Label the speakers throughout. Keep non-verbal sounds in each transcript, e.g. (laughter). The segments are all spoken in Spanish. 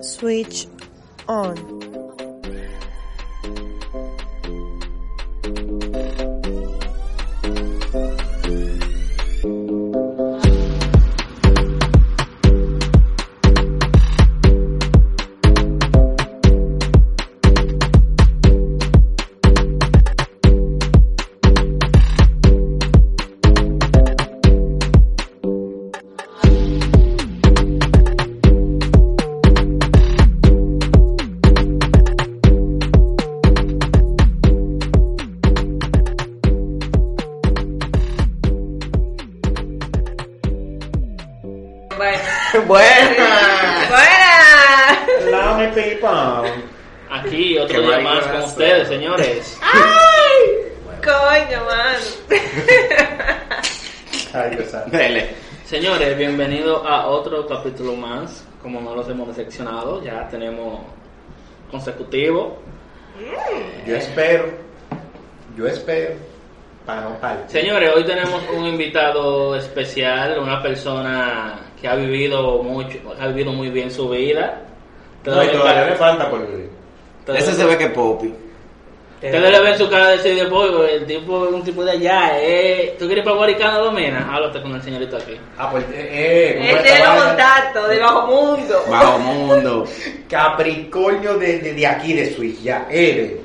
Speaker 1: Switch on.
Speaker 2: Buena.
Speaker 3: ¡Buena!
Speaker 2: Love me people.
Speaker 4: Aquí otro
Speaker 2: Qué
Speaker 4: día más con
Speaker 2: mariconazo.
Speaker 4: ustedes, señores.
Speaker 3: ¡Ay! Coño, man.
Speaker 2: Ay, qué sad.
Speaker 5: Dele.
Speaker 4: Señores, bienvenidos a otro capítulo más. Como no los hemos decepcionado, ya tenemos consecutivo.
Speaker 2: Yo espero. Yo espero. Para no faltar.
Speaker 4: Señores, hoy tenemos un invitado especial, una persona que ha vivido mucho, ha vivido muy bien su vida.
Speaker 2: No, y
Speaker 4: Ustedes-
Speaker 2: todavía me falta por vivir.
Speaker 4: ustedes-
Speaker 5: Ese se ve que es Poppy.
Speaker 4: Ustedes le ven su cara de decir, polvo, el tipo es un tipo de allá, eh. ¿Tú quieres para Guaricano Domena? Háblate con el señorito aquí.
Speaker 2: Ah, pues, eh, eh, ¿cómo
Speaker 3: El
Speaker 2: está
Speaker 3: de los
Speaker 2: vaina?
Speaker 3: contactos, de bajo mundo.
Speaker 5: Bajo mundo.
Speaker 2: (laughs) Capricornio de, de, de aquí, de Suiza. Ya, Eve.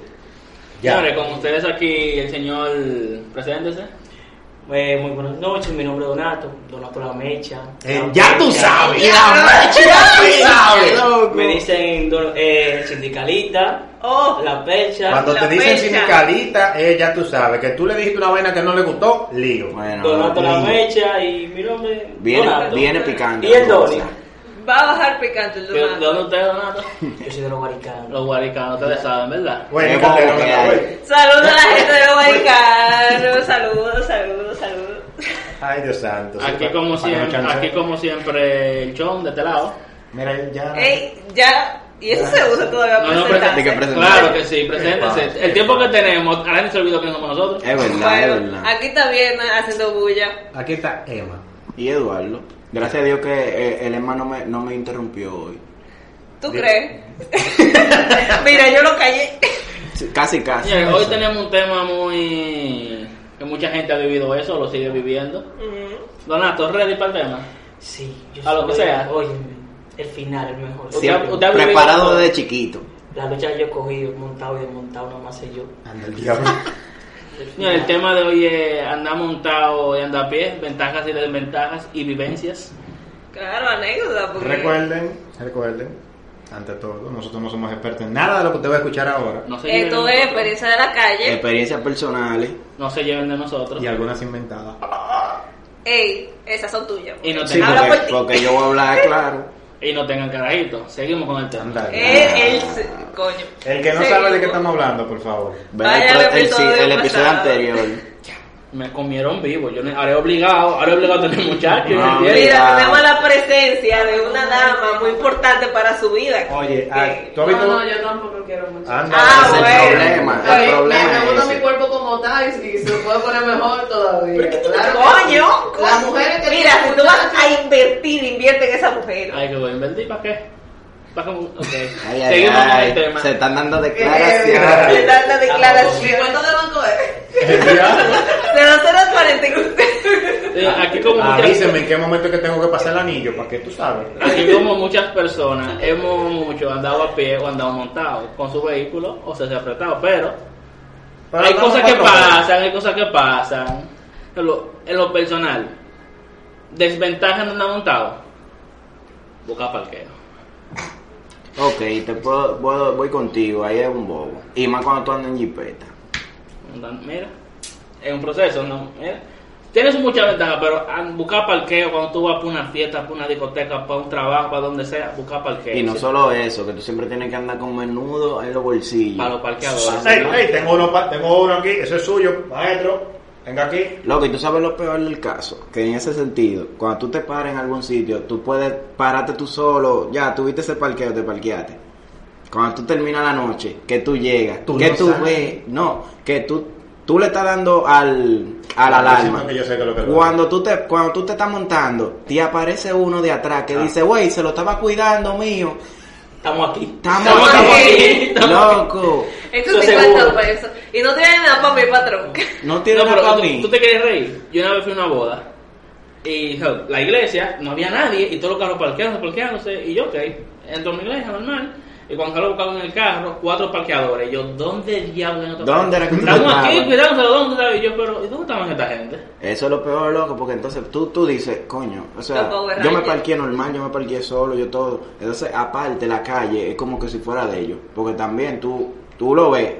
Speaker 2: Ya.
Speaker 4: Señores, con ustedes aquí el señor, preséntese.
Speaker 6: Eh, muy buenas noches, mi nombre es Donato, Donato La Mecha.
Speaker 2: Eh, ya tú sabes.
Speaker 5: Ya,
Speaker 2: tú sabes.
Speaker 6: Me dicen do- eh, sindicalista,
Speaker 3: Oh,
Speaker 6: La Pecha,
Speaker 2: Cuando
Speaker 3: La
Speaker 2: te dicen
Speaker 3: fecha.
Speaker 2: sindicalista, eh, ya tú sabes. Que tú le dijiste una vaina que no le gustó, lío.
Speaker 5: Bueno,
Speaker 6: Donato La
Speaker 5: lindo.
Speaker 6: Mecha y mi nombre es
Speaker 5: viene,
Speaker 6: Donato.
Speaker 5: viene picante.
Speaker 6: Y el Doni.
Speaker 3: va a bajar picante el
Speaker 4: ¿De dónde
Speaker 3: tomate.
Speaker 4: ustedes, Donato?
Speaker 6: Yo soy de los guaricanos.
Speaker 4: Los guaricanos, ustedes saben, ¿verdad?
Speaker 2: Bueno,
Speaker 5: Qué
Speaker 2: que te lo
Speaker 5: bobo que
Speaker 2: me la
Speaker 5: hay.
Speaker 2: doy.
Speaker 3: Saludos a la gente de Guaycano. Saludos, saludos, saludos.
Speaker 2: Ay, Dios santo. Pues sí,
Speaker 4: Aquí
Speaker 2: para-
Speaker 4: como
Speaker 2: para no
Speaker 4: siempre,
Speaker 2: chancear.
Speaker 4: aquí como siempre el chon de este lado.
Speaker 2: Mira, ya.
Speaker 3: Ey, ya. Y eso se usa todavía
Speaker 4: No, no,
Speaker 3: presentarse.
Speaker 5: de que presen-
Speaker 4: Claro que sí, preséntese. El tiempo que tenemos, ahora ni se olvidó que no somos nosotros.
Speaker 5: Es verdad, es
Speaker 3: Bueno,
Speaker 5: verdad.
Speaker 3: aquí también haciendo bulla.
Speaker 2: Aquí está Emma.
Speaker 5: Y Eduardo. Gracias a Dios que eh, el hermano me, no me interrumpió hoy.
Speaker 3: ¿Tú
Speaker 2: Bien.
Speaker 3: crees? (laughs) Mira, yo lo callé.
Speaker 5: Sí, Casi, casi.
Speaker 4: Señores, hoy tenemos un tema muy... que mucha gente ha vivido eso, lo sigue viviendo.
Speaker 3: Ujú.
Speaker 4: Donato, ¿ready para el tema?
Speaker 6: Sí, yo
Speaker 4: A lo que
Speaker 6: soy-
Speaker 4: sea.
Speaker 6: Óyeme, el final, el mejor.
Speaker 5: Siempre
Speaker 4: usted ha vivido-
Speaker 5: preparado desde chiquito.
Speaker 6: La lucha que yo he cogido, montado y desmontado, nomás sé yo.
Speaker 2: Anda el diablo.
Speaker 6: El
Speaker 4: Señores, el
Speaker 6: final.
Speaker 4: tema de hoy es andar montado y andar a pie, ventajas y desventajas y vivencias.
Speaker 3: Claro, anécdota. Porque...
Speaker 2: recuerden, recuerden, ante todo, nosotros no somos expertos en nada de lo que usted va a escuchar ahora.
Speaker 4: No se lleven
Speaker 3: Esto
Speaker 4: de
Speaker 3: es pues.
Speaker 4: nosotros.
Speaker 3: experiencia de la calle.
Speaker 5: Experiencias personales.
Speaker 4: No se lleven de nosotros.
Speaker 2: Y algunas inventadas.
Speaker 3: Ey, esas son tuyas.
Speaker 4: Y no
Speaker 5: Sí,
Speaker 4: tengan,
Speaker 3: Habla por
Speaker 5: porque,
Speaker 3: ti.
Speaker 5: porque yo voy a hablar
Speaker 4: (laughs)
Speaker 5: claro.
Speaker 4: y no tengan carajito. Seguimos con el tema.
Speaker 2: Anda,
Speaker 3: Él, él, se- coño.
Speaker 2: El que no
Speaker 3: Eh. Seguimos.
Speaker 2: sabe de qué estamos hablando, por favor.
Speaker 5: Ve el
Speaker 3: Vaya
Speaker 5: pro-
Speaker 3: al
Speaker 5: el, sí,
Speaker 3: episodio
Speaker 5: el episodio
Speaker 3: pasado.
Speaker 5: anterior.
Speaker 4: Me comieron vivo. Yo no- ahora he obligado, ahora he obligado a tener muchachos.
Speaker 5: No,
Speaker 4: ¿me entiendes?
Speaker 3: Mira,
Speaker 5: Mira.
Speaker 3: tenemos la presencia de una dama muy importante para su vida. Eh,
Speaker 2: Oye, ah,
Speaker 3: Que-
Speaker 2: ¿tú has visto?
Speaker 7: Eh, yo tampoco quiero mucho.
Speaker 2: Anda,
Speaker 3: Ah,
Speaker 5: Ese es
Speaker 3: bueno.
Speaker 5: el problema. (laughs)
Speaker 7: Está
Speaker 5: El
Speaker 7: bien,
Speaker 5: problema
Speaker 7: me, me
Speaker 5: es
Speaker 7: gusta
Speaker 5: ese.
Speaker 7: mi cuerpo como tal y se lo puedo poner mejor todavía. Claro,
Speaker 3: ¡Coño!
Speaker 7: Las mujeres que
Speaker 3: Mira,
Speaker 7: tienen
Speaker 3: si tú vas
Speaker 7: muchachos-
Speaker 3: a invertir, invierte en esa mujer.
Speaker 4: Ay, que voy a invertir, ¿para qué? ¿Para cómo? Ok.
Speaker 5: Ay, ay,
Speaker 4: Seguimos
Speaker 5: ay.
Speaker 4: con el tema.
Speaker 5: Se están dando
Speaker 4: (laughs)
Speaker 2: Eh,
Speaker 5: declaraciones.
Speaker 3: Le dan la
Speaker 7: Mi
Speaker 3: declaración.
Speaker 7: cuenta de banco es.
Speaker 2: el diablo.
Speaker 3: 0040.
Speaker 4: Eh, aquí, como muchas,
Speaker 2: Avíseme en qué momento es que tengo que pasar el anillo, para que tú sabes.
Speaker 4: aquí como muchas personas hemos mucho andado a pie o andado montado con su vehículo o se ha apretado, pero
Speaker 2: Pero
Speaker 4: hay
Speaker 2: vamos
Speaker 4: cosas
Speaker 2: pa'
Speaker 4: que
Speaker 2: otro lado.
Speaker 4: pasan, hay cosas que pasan. En lo, en lo personal, desventaja en andar montado, buscar parqueo.
Speaker 5: Ok, te puedo, puedo- voy contigo. Ahí es un bobo. Y más cuando tú andas en jipeta.
Speaker 4: Andan- Mira, es un proceso, ¿no? Mira. Tienes muchas ventajas, pero ah, buscar parqueo cuando tú vas para una fiesta, para una discoteca, para un trabajo, para donde sea, buscar parqueo.
Speaker 5: Y no
Speaker 4: Sí.
Speaker 5: solo eso, que tú siempre tienes que andar con menudo en los bolsillos.
Speaker 4: Para los parqueadores.
Speaker 8: Ey, ey, tengo, uno, pa- tengo uno aquí, eso es suyo, maestro. Venga aquí.
Speaker 5: Loco, y tú sabes lo peor del caso, que en ese sentido, cuando tú te paras en algún sitio, tú puedes pararte tú solo, ya, tuviste ese parqueo, te parqueaste. Cuando tú terminas la noche, que tú llegas,
Speaker 8: Tú
Speaker 5: que
Speaker 8: no
Speaker 5: tú
Speaker 8: sabes.
Speaker 5: ves, no, que tú, tú le estás dando al, a
Speaker 8: Yo
Speaker 5: la alarma.
Speaker 8: siento que yo sé que lo que lo-
Speaker 5: Cuando tú te, cuando tú te estás montando, te aparece uno de atrás que dice, wey, se lo estaba cuidando mío,
Speaker 6: Estamos aquí.
Speaker 5: estamos,
Speaker 4: Estamos
Speaker 3: aquí.
Speaker 5: aquí, loco,
Speaker 3: Esto es
Speaker 6: Eso
Speaker 3: 50
Speaker 6: seguro.
Speaker 3: pesos. Y no tiene nada para mi patrón.
Speaker 5: no tiene
Speaker 4: No,
Speaker 5: nada
Speaker 4: pero
Speaker 5: para
Speaker 4: tú,
Speaker 5: mí.
Speaker 4: tú te quieres reír. Yo una vez fui a una boda y jo, la iglesia, no había nadie y todos los carros parqueándose, parqueándose. Y yo, ok, entro a mi iglesia normal. Y cuando salgo buscando en el carro, cuatro parqueadores. Yo, ¿dónde diablos? en otro
Speaker 5: ¿Dónde era que
Speaker 4: parque?
Speaker 5: tú
Speaker 4: Estamos aquí,
Speaker 5: estabas?
Speaker 4: cuidándose, ¿dónde? ¿sabes? Y yo, pero, ¿y dónde estaban esta gente?
Speaker 5: Eso es lo peor, loco, porque entonces tú, tú dices, coño, o sea,
Speaker 3: Los Power
Speaker 5: yo me
Speaker 3: Rangers.
Speaker 5: parqué normal, yo me parqué solo, yo todo. Entonces, aparte, la calle es como que si fuera de ellos, porque también tú, tú lo ves,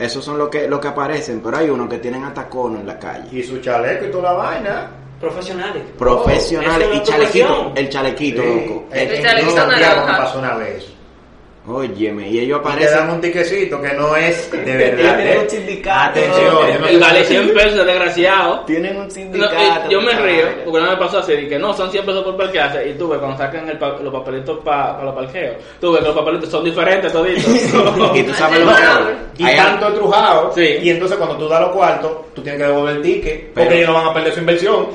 Speaker 5: esos son los que, los que aparecen, pero hay unos que tienen hasta cono en la calle.
Speaker 8: Y su chaleco y toda la vaina.
Speaker 6: Profesionales.
Speaker 8: Oh,
Speaker 5: Profesionales
Speaker 6: eso es
Speaker 5: y
Speaker 6: la
Speaker 5: chalequito,
Speaker 6: profesión.
Speaker 5: el chalequito,
Speaker 8: Sí. eh,
Speaker 5: loco. Eh,
Speaker 8: En-
Speaker 3: El
Speaker 7: Este
Speaker 8: en
Speaker 3: chalequito
Speaker 8: Santiago
Speaker 3: naranja.
Speaker 8: me pasó una vez.
Speaker 5: Óyeme, y ellos
Speaker 8: Y te dan
Speaker 5: aparecen.
Speaker 8: un tiquecito que no es de verdad.
Speaker 5: Tienen
Speaker 8: ¿eh?
Speaker 5: un sindicato.
Speaker 8: Atención, yo no
Speaker 4: El
Speaker 8: sé-
Speaker 4: vale 100 pesos, desgraciado.
Speaker 5: Tienen un
Speaker 4: No,
Speaker 5: sindicato.
Speaker 4: eh, yo me
Speaker 5: esta
Speaker 4: río,
Speaker 5: vaina.
Speaker 4: porque no me pasó así, que no, son 100 pesos por parquearse, y tuve cuando sacan el pa- los papelitos para los parqueos, tuve que los papelitos son diferentes toditos.
Speaker 5: (laughs) Y tú sabes lo peor.
Speaker 8: Y
Speaker 5: Hay-
Speaker 8: tanto trujado.
Speaker 4: Sí.
Speaker 8: Y entonces cuando tú das los cuartos, tú tienes que devolver el ticket.
Speaker 5: Pero-
Speaker 8: Porque ellos no van a perder su
Speaker 5: (laughs)
Speaker 8: inversión.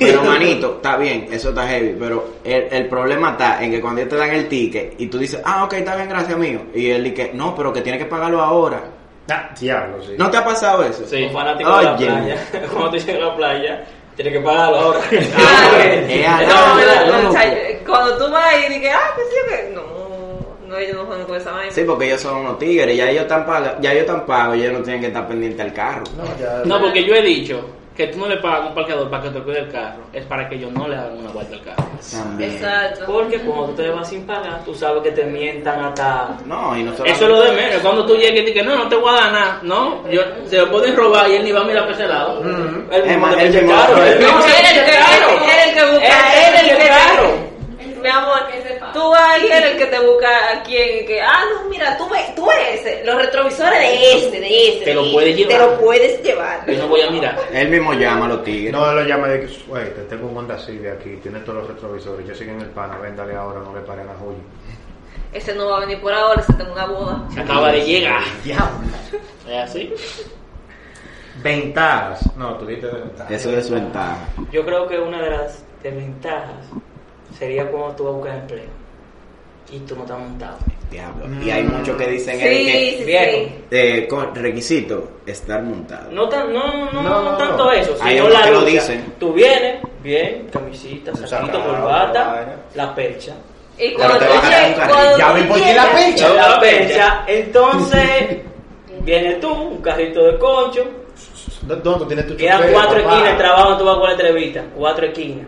Speaker 5: Pero manito, está bien, eso está heavy, pero el, el problema está en que cuando ellos te dan el ticket y tú dices, ah, ok, está bien, gracias mío, y él dice, no, pero que tiene que pagarlo ahora.
Speaker 8: Nah, Ah, diablo, sí.
Speaker 5: ¿No te ha pasado eso?
Speaker 4: Sí.
Speaker 6: Los fanáticos
Speaker 5: Oye.
Speaker 6: de la
Speaker 5: (laughs)
Speaker 6: playa. (laughs) Cuando te llegan a la playa, tienes que pagarlo (laughs) ahora.
Speaker 3: Claro.
Speaker 5: Eh, ah,
Speaker 3: No,
Speaker 5: no,
Speaker 3: no,
Speaker 5: no,
Speaker 3: o
Speaker 5: loco.
Speaker 3: sea, cuando tú vas ahí y dices, ah, qué sé yo qué. No, no, ellos no juegan con esa vaina.
Speaker 5: Sí, porque ellos son unos tigres, ya ellos están pagos, ya ellos están pagos, ellos no tienen que estar pendientes al carro.
Speaker 8: No, ya.
Speaker 4: No, porque yo he dicho que tú no le pagas a un parqueador para que te cuide el carro, es para que ellos no le hagan una vuelta al carro.
Speaker 5: También.
Speaker 3: Exacto.
Speaker 6: Porque cuando tú te vas sin pagar, tú sabes que te mientan hasta...
Speaker 5: No, y nosotros...
Speaker 4: Eso es lo de menos, cuando tú llegues y dices, no, no te voy a dar nada, no, yo, se lo pueden robar y él ni va a mirar para ese lado.
Speaker 5: Es
Speaker 6: El
Speaker 5: más,
Speaker 6: mundo que
Speaker 5: él
Speaker 6: te
Speaker 5: llegó-
Speaker 6: caro, el
Speaker 3: No,
Speaker 6: mundo
Speaker 3: él es el
Speaker 6: te
Speaker 3: que-
Speaker 6: caro.
Speaker 3: él es el que busca,
Speaker 6: Él es el que
Speaker 3: te-
Speaker 6: caro.
Speaker 3: Mi amor, tú vas a ir el que te busca a quien que, ah, no, mira, tú, ve- tú eres ese, los retrovisores de ese, de ese.
Speaker 4: Te lo
Speaker 3: de
Speaker 4: puedes
Speaker 3: ese, Te
Speaker 4: llevar.
Speaker 3: lo puedes llevar.
Speaker 4: Yo no voy a mirar.
Speaker 5: Él mismo llama a los tigres.
Speaker 8: No lo llama de que, güey, te tengo un Honda Civic aquí, tiene todos los retrovisores, yo sigo en el pana, véndale ahora, no le paren a Julio.
Speaker 3: Ese no va a venir por ahora, ese tengo una boda.
Speaker 4: Acaba de llegar.
Speaker 8: Diablo.
Speaker 4: ¿Es así?
Speaker 8: Ventajas. No, tú dices desventajas.
Speaker 5: Eso es desventaja.
Speaker 6: Yo creo que una de las desventajas sería cuando tú vas a buscar empleo y tú no estás montado.
Speaker 5: Diablo. Y hay
Speaker 8: Mm.
Speaker 5: muchos que dicen
Speaker 3: Sí,
Speaker 5: eh,
Speaker 3: sí, sí.
Speaker 6: viejo.
Speaker 5: que, eh, con requisito, estar montado.
Speaker 6: No, tan, no, no,
Speaker 8: No.
Speaker 6: no tanto eso,
Speaker 5: Hay
Speaker 6: sino
Speaker 5: otros
Speaker 6: la
Speaker 5: que lo
Speaker 6: lucha.
Speaker 5: dicen.
Speaker 6: Tú vienes, bien, camisita,
Speaker 8: Un
Speaker 6: saquito,
Speaker 8: sacado,
Speaker 6: corbata,
Speaker 8: vaina.
Speaker 6: la percha.
Speaker 3: Y
Speaker 5: Pero
Speaker 3: cuando
Speaker 5: te
Speaker 3: tú
Speaker 5: van a dar un
Speaker 3: llegas,
Speaker 5: carril.
Speaker 3: cuando
Speaker 8: Ya
Speaker 3: tú
Speaker 8: ven por qué la
Speaker 3: llegas-
Speaker 8: pecha.
Speaker 6: La percha,
Speaker 3: (laughs)
Speaker 6: entonces vienes tú, un carrito de concho,
Speaker 8: ¿Dó- ¿Dónde tú tienes tu
Speaker 6: quedan
Speaker 8: chofer,
Speaker 6: cuatro
Speaker 8: papá?
Speaker 6: esquinas de trabajo, tú vas con la entrevista, cuatro esquinas.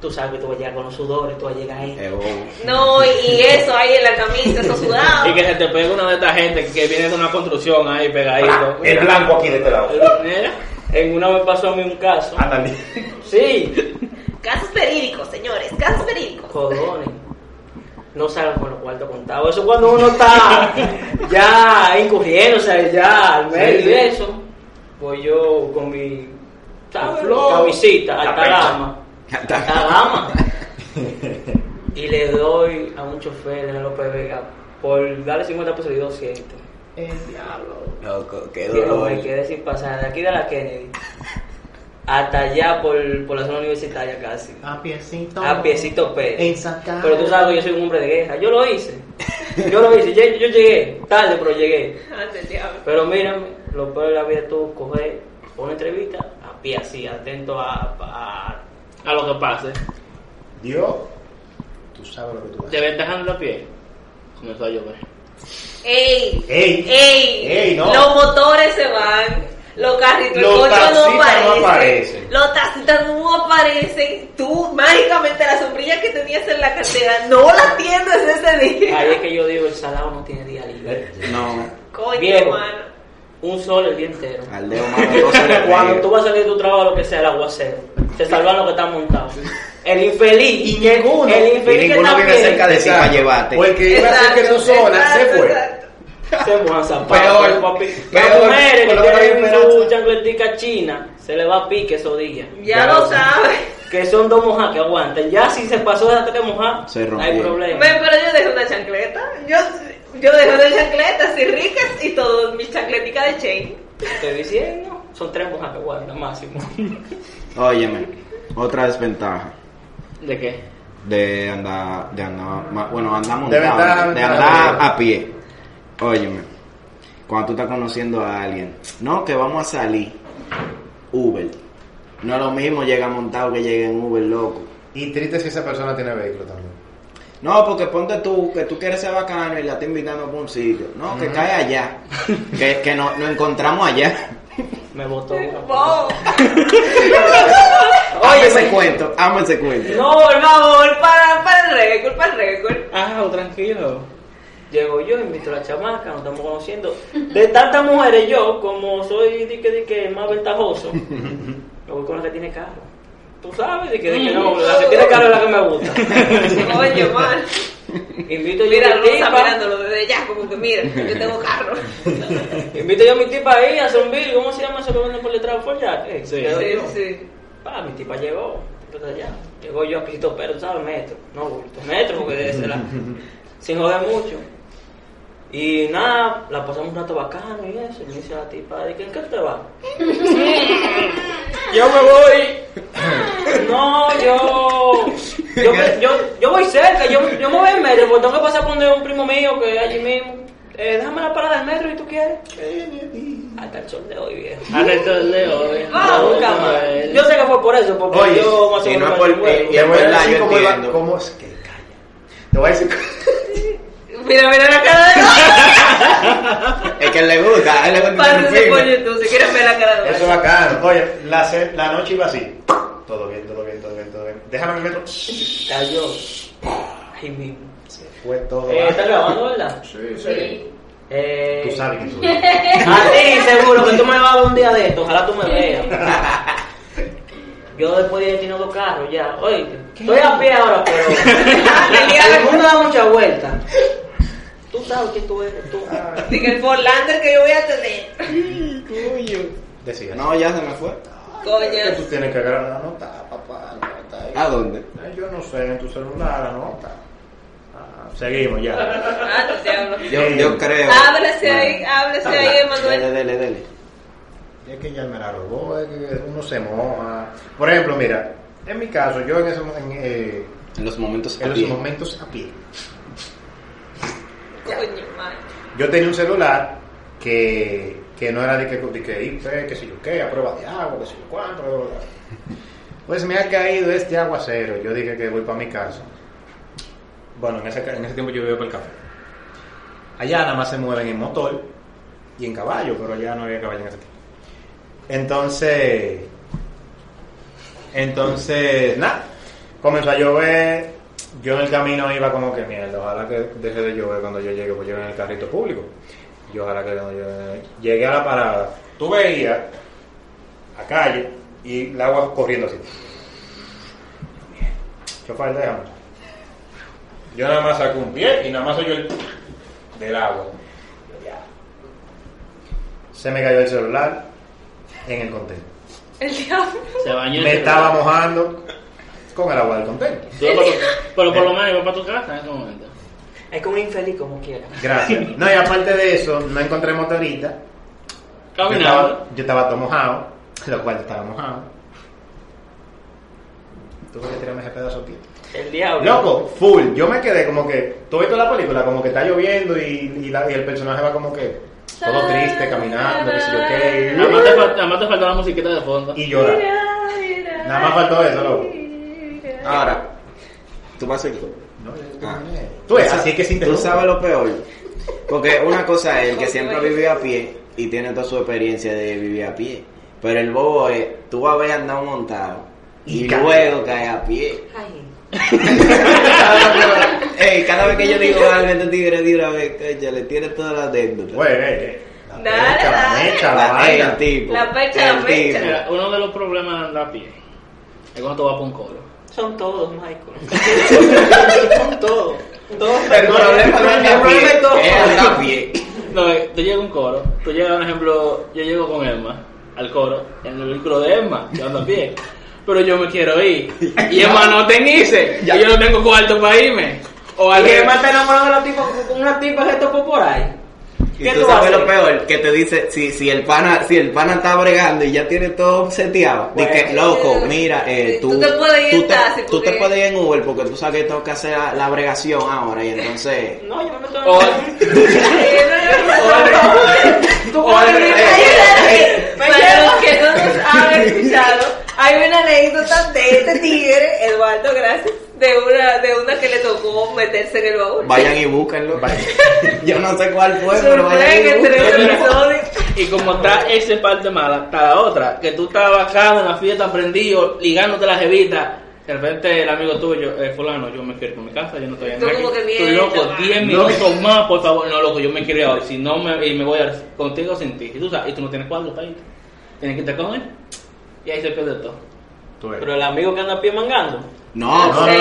Speaker 6: Tú sabes que tú vas a llegar con los sudores, tú vas a llegar ahí.
Speaker 5: Es bobo.
Speaker 3: No, y- y eso ahí en la camisa, eso sudado.
Speaker 4: Y que se te pegue una de estas gente que viene de una construcción ahí
Speaker 5: Ah,
Speaker 4: pegadito.
Speaker 8: El blanco aquí de este lado.
Speaker 4: Mira.
Speaker 6: En una me pasó a mí un caso.
Speaker 8: Ándale.
Speaker 6: Sí,
Speaker 3: Casos verídicos, señores, casos verídicos.
Speaker 6: codones. No salgan con los cuartos contados. Eso cuando uno está ya incurriendo, o sea, ya al medio
Speaker 8: Sí, sí.
Speaker 6: y eso. Voy yo con mi ¿sabes?
Speaker 8: Flow.
Speaker 6: camisita,
Speaker 8: La
Speaker 6: alta
Speaker 8: pecha.
Speaker 6: gama. Alta gama. Y le doy a un chofer de la López Vega por darle 50 pesos y 200.
Speaker 3: El diablo.
Speaker 5: Loco, qué
Speaker 6: Pero
Speaker 5: dolor.
Speaker 6: me quedé sin pasar de aquí de la Kennedy hasta allá por, por la zona universitaria casi.
Speaker 8: A piecito.
Speaker 6: a Ah, piecito
Speaker 8: En
Speaker 6: peso.
Speaker 8: sacar.
Speaker 6: Pero tú sabes que yo soy un hombre de guerra. Yo lo hice. Yo lo hice. Yo, yo llegué tarde, pero llegué.
Speaker 3: Ante el diablo.
Speaker 6: Pero mírame, lo peor de la vida es tú coger una entrevista a pie así, atento a. a-
Speaker 4: A lo que pase.
Speaker 8: Dios, tú sabes lo que tú
Speaker 4: Te
Speaker 8: haces.
Speaker 4: ven dejando la piel. Comenzó a llover.
Speaker 3: Ey,
Speaker 8: Ey.
Speaker 6: Eh.
Speaker 3: ey,
Speaker 8: Ey, no.
Speaker 3: los motores se van, los carritos, el
Speaker 8: Los
Speaker 3: coche no
Speaker 8: taxistas no
Speaker 3: aparecen,
Speaker 8: aparecen.
Speaker 3: los taxistas no aparecen, tú mágicamente la sombrilla que tenías en la cartera no la tienes ese día.
Speaker 6: Ahí es que yo digo: el salado no tiene día libre.
Speaker 5: No.
Speaker 3: Coño,
Speaker 6: Viejo.
Speaker 3: hermano.
Speaker 6: un sol el día entero.
Speaker 2: Ah,
Speaker 5: Al dedo malo no se le
Speaker 6: Cuando tú
Speaker 5: pega.
Speaker 6: vas a salir de tu trabajo, lo que sea, el aguacero, te salvan los que están montados. El infeliz. Y ninguno. El
Speaker 2: Y
Speaker 6: infeliz
Speaker 2: ninguno
Speaker 6: que
Speaker 2: viene
Speaker 6: está
Speaker 2: cerca de ti para llevarte. O el que iba a hacer que tú sola se fue.
Speaker 6: Se fue a San
Speaker 2: Peor,
Speaker 6: pues, papi. Las
Speaker 2: peor,
Speaker 6: mujeres
Speaker 2: por
Speaker 6: que
Speaker 2: lo menos hay
Speaker 6: tienen
Speaker 2: esperanza.
Speaker 6: su chancletica china, se le va a pique esos días.
Speaker 3: Ya lo sabes.
Speaker 6: Que son dos mojas que aguantan. Ya si se pasó de las tres mojas,
Speaker 5: Se rompió.
Speaker 6: hay problema.
Speaker 3: Ven, pero yo dejé una chancleta. Yo, yo dejé una chancleta, así ricas y todo, mi chancletica de chain.
Speaker 6: Estoy diciendo, son tres mojas que aguantan máximo.
Speaker 5: Óyeme, otra desventaja
Speaker 4: (laughs) ¿De qué?
Speaker 5: de andar, de andar, ma- bueno, andar
Speaker 2: De
Speaker 5: montado,
Speaker 2: verdad,
Speaker 5: de
Speaker 2: de
Speaker 5: andar
Speaker 2: verdad.
Speaker 5: a pie. Óyeme, cuando tú estás conociendo a alguien, no, que vamos a salir, Uber. No es lo mismo llegar montado que llegue en Uber, loco.
Speaker 2: Y triste si esa persona tiene vehículo también.
Speaker 5: No, porque ponte tú, que tú quieres ser bacano y la estás invitando a un sitio. No, que cae
Speaker 3: (laughs)
Speaker 5: allá. que que no- nos encontramos allá.
Speaker 6: Me botó.
Speaker 3: Wow.
Speaker 5: Oye, ese cuento, amo ese cuento.
Speaker 3: No, por favor, para, para el récord, para el récord.
Speaker 4: Ah, tranquilo.
Speaker 6: Llego yo, invito a la chamaca, nos estamos conociendo. De tantas mujeres, yo, como soy di que, di que más
Speaker 4: (laughs)
Speaker 6: ventajoso, me voy con la que tiene carro. Tú sabes, de que, di que no, la
Speaker 3: Mm.
Speaker 6: que tiene carro es la que me gusta.
Speaker 2: (laughs)
Speaker 3: Oye, mal.
Speaker 6: Invito yo
Speaker 3: Mira,
Speaker 6: a mi
Speaker 3: Rosa
Speaker 6: tipa,
Speaker 3: mirándolo desde ya, como que
Speaker 2: (laughs)
Speaker 3: mira, yo tengo carro.
Speaker 6: invito yo a mi tipa ahí a Zumbil, ¿cómo se llama eso que venden por detrás de Fort Yacht? Eh,
Speaker 4: Sí.
Speaker 6: quedo
Speaker 3: Sí,
Speaker 6: yo.
Speaker 3: sí.
Speaker 6: Ah, mi tipa llegó, entonces allá. Llegó yo a Cristo Pero, ¿sabes? Metro. No, bulto, metro, porque debe ser la... Sin joder mucho. Y nada, la pasamos un rato bacano y eso. Y me dice la tipa, ¿de qué, en qué te vas? yo me voy. no, yo... Yo, me- yo, yo voy cerca, yo, yo me voy en metro, porque tengo que pasar por donde un primo mío que es allí mismo. Eh, déjame la parada del metro si tú quieres. Eh, Hasta el sol de hoy, viejo.
Speaker 4: Arresto el dedo.
Speaker 6: (laughs)
Speaker 4: eh.
Speaker 6: Ah, nunca más. Yo sé que fue por eso, porque
Speaker 2: Oye,
Speaker 6: yo más o
Speaker 5: si
Speaker 6: menos
Speaker 5: no es por-
Speaker 6: me acuerdo.
Speaker 5: y- y-
Speaker 2: Te voy a
Speaker 5: verdad,
Speaker 2: decir
Speaker 5: yo
Speaker 2: cómo, iba-
Speaker 5: entiendo.
Speaker 2: cómo es que calla. Te voy a decir (laughs)
Speaker 3: Mira, mira la cara de
Speaker 5: Es que le gusta, a él le gusta el
Speaker 3: Pásese por
Speaker 5: filme.
Speaker 3: YouTube, si quieres ver la cara de
Speaker 2: Eso es bacano. Oye, la, se- la noche iba así. Todo bien, todo bien, todo bien, todo bien. Déjame en el metro. Se
Speaker 6: Cayó. Ay, mi.
Speaker 2: fue todo.
Speaker 6: Eh,
Speaker 2: mal.
Speaker 6: ¿Estás grabando, verdad?
Speaker 2: Sí, sí.
Speaker 6: Eh,
Speaker 2: Tú
Speaker 6: (laughs)
Speaker 2: sabes que soy.
Speaker 6: A ti, seguro que tú me vas a dar un día de esto. Ojalá tú me veas. Yo después de ahí tengo dos carros ya. Oye, estoy a pie ahora, (laughs) pero. El mundo da mucha vuelta. Tú sabes quién tú eres, tú.
Speaker 3: Diga el Forlander que yo voy a tener.
Speaker 2: Decía.
Speaker 5: No, ya se me fue.
Speaker 2: que tú
Speaker 3: Coño.
Speaker 2: tienes que agarrar la nota, papá. La nota ahí.
Speaker 5: ¿A dónde?
Speaker 2: Ay, Yo no sé, en tu celular, la nota. Ah, seguimos
Speaker 3: (laughs)
Speaker 2: ya.
Speaker 3: Ah, no te hablo.
Speaker 5: Yo,
Speaker 2: Eh,
Speaker 5: yo creo.
Speaker 3: Ábrese ahí, ábrese ahí,
Speaker 5: Dele,
Speaker 3: Emanuel.
Speaker 5: dele, dele.
Speaker 2: Es que ya me la robó, es que uno se moja. Por ejemplo, mira, en mi caso, yo en esos, en, eh,
Speaker 5: En los momentos. a
Speaker 2: en los
Speaker 5: pie.
Speaker 2: momentos a pie,
Speaker 3: Coño, man.
Speaker 2: yo tenía un celular que, que no era de que, de que IP, que sé yo qué, a prueba de agua, que sé yo cuánto. bla, bla, bla. Pues me ha caído este aguacero. Yo dije que voy para mi casa. Bueno, en ese, ca- en ese tiempo yo vivía por el café. Allá nada más se mueven en motor y en caballo, pero allá no había caballo en ese tiempo. Entonces, entonces, nada, comenzó a llover. Yo en el camino iba como que mierda, ojalá que deje de llover cuando yo llegue, pues llego en el carrito público. Y ojalá que cuando yo llegué a la parada, tú veías la calle y el agua corriendo así. Chofer, déjame. Yo nada más saco un pie y nada más oyó el del agua. Ya. Se me cayó el celular en el contenedor.
Speaker 3: El diablo.
Speaker 4: Se bañó.
Speaker 2: Me estaba mojando con el agua del contenedor.
Speaker 4: Sí, Pero, pero por lo menos iba para tu casa en ese momento.
Speaker 6: Es como infeliz como quiera.
Speaker 2: Gracias. No, y aparte de eso, no encontré motorita. Yo
Speaker 4: Caminaba.
Speaker 2: estaba, yo estaba todo mojado, lo cual estaba mojado. Tuve que tirarme ese pedazo, tío.
Speaker 6: El diablo.
Speaker 2: Loco, full. Yo me quedé como que. Tú ves toda la película, como que está lloviendo y, y la- y el personaje va como que todo triste, caminando, qué sé yo qué, y-
Speaker 4: Nada más te fal- nada más te faltaba la musiquita de fondo.
Speaker 2: Y llora. Nada más faltó eso, loco.
Speaker 5: Ahora, tú vas a seguir.
Speaker 2: No, yo-
Speaker 5: Ah.
Speaker 2: Tú ves, así que sin
Speaker 5: Tú sabes lo peor. Porque una cosa es el que siempre ha vivido a pie y tiene toda su experiencia de vivir a pie. Pero el bobo es, tú vas a ver andado montado y,
Speaker 2: Y cae.
Speaker 5: luego caes a pie. (laughs)
Speaker 6: Ay.
Speaker 5: Ey, cada vez que yo digo algo, este tigre de una vez, coño, le tiene toda la anécdota.
Speaker 2: Bueno, eh, eh. La
Speaker 3: Dale,
Speaker 2: pecha, la
Speaker 3: dale.
Speaker 2: mecha, la
Speaker 5: El
Speaker 2: vaina.
Speaker 5: tipo.
Speaker 3: La pecha, la
Speaker 5: El
Speaker 3: pecha.
Speaker 5: tipo.
Speaker 4: Mira, uno de los problemas de andar a pie es cuando tú vas por un coro.
Speaker 6: Son todos,
Speaker 5: (laughs)
Speaker 6: Michael. Son todos. Todos
Speaker 2: El problema no es
Speaker 6: El problema es todo.
Speaker 5: Es andar a pie.
Speaker 4: No, eh, tú llegas a un coro, tú llegas, por ejemplo, yo llego con Emma al coro, en el vehículo de Emma, yo ando a pie, pero yo me quiero
Speaker 6: (laughs)
Speaker 4: ir. Y Emma no te dice, y yo no tengo cuarto para irme. O
Speaker 6: Y
Speaker 4: alguien
Speaker 6: además está enamorado de la tipa, con una tipa que tocó por ahí.
Speaker 5: Y
Speaker 6: ¿Qué
Speaker 5: tú
Speaker 6: tú vas a
Speaker 5: sabes lo
Speaker 6: hacer?
Speaker 5: peor, que te dice, si, si el pana, si el pana está bregando y ya tiene todo seteado,
Speaker 6: Bueno.
Speaker 5: dice, loco, mira, eh,
Speaker 3: Tú
Speaker 5: tú,
Speaker 3: te puedes ir en
Speaker 5: tú te-
Speaker 3: taxi,
Speaker 5: tú te
Speaker 3: porque-
Speaker 5: puedes ir en Uber porque tú sabes que tengo que hacer la, la bregación ahora y
Speaker 3: (laughs)
Speaker 5: entonces...
Speaker 6: No, yo me meto en
Speaker 4: O-
Speaker 3: Eh,
Speaker 6: Tú puedes
Speaker 4: Oye,
Speaker 6: ir
Speaker 3: Hay una
Speaker 6: ahí.
Speaker 3: anécdota- Para los que no nos han escuchado, hay una anécdota de este tigre, Eduardo, gracias, de una, de una que le tocó meterse en el baúl.
Speaker 5: Vayan y búsquenlo. (laughs) Yo no sé cuál fue, pero vayan y
Speaker 3: Sorprende, tres
Speaker 5: búsquenlo.
Speaker 3: episodios.
Speaker 4: Y como está esa parte mala, está la otra, que tú estabas acá en la fiesta prendido, ligándote la jevita, de repente el amigo tuyo, eh, fulano, yo me quiero ir por mi casa, yo no estoy en
Speaker 3: Tú
Speaker 4: aquí.
Speaker 3: como que
Speaker 4: Tú
Speaker 3: mierda,
Speaker 4: loco,
Speaker 3: man.
Speaker 4: 10 minutos más, por favor, no loco, yo me quiero ir ahora, si no me, y me voy a ir contigo sin ti. Y tú sabes, y tú no tienes cuadro para irte. Tienes que irte con él. Y ahí se pierde todo.
Speaker 2: Tú eres.
Speaker 6: Pero el amigo que anda a pie mangando,
Speaker 5: (laughs) No, no, no,
Speaker 3: Sí.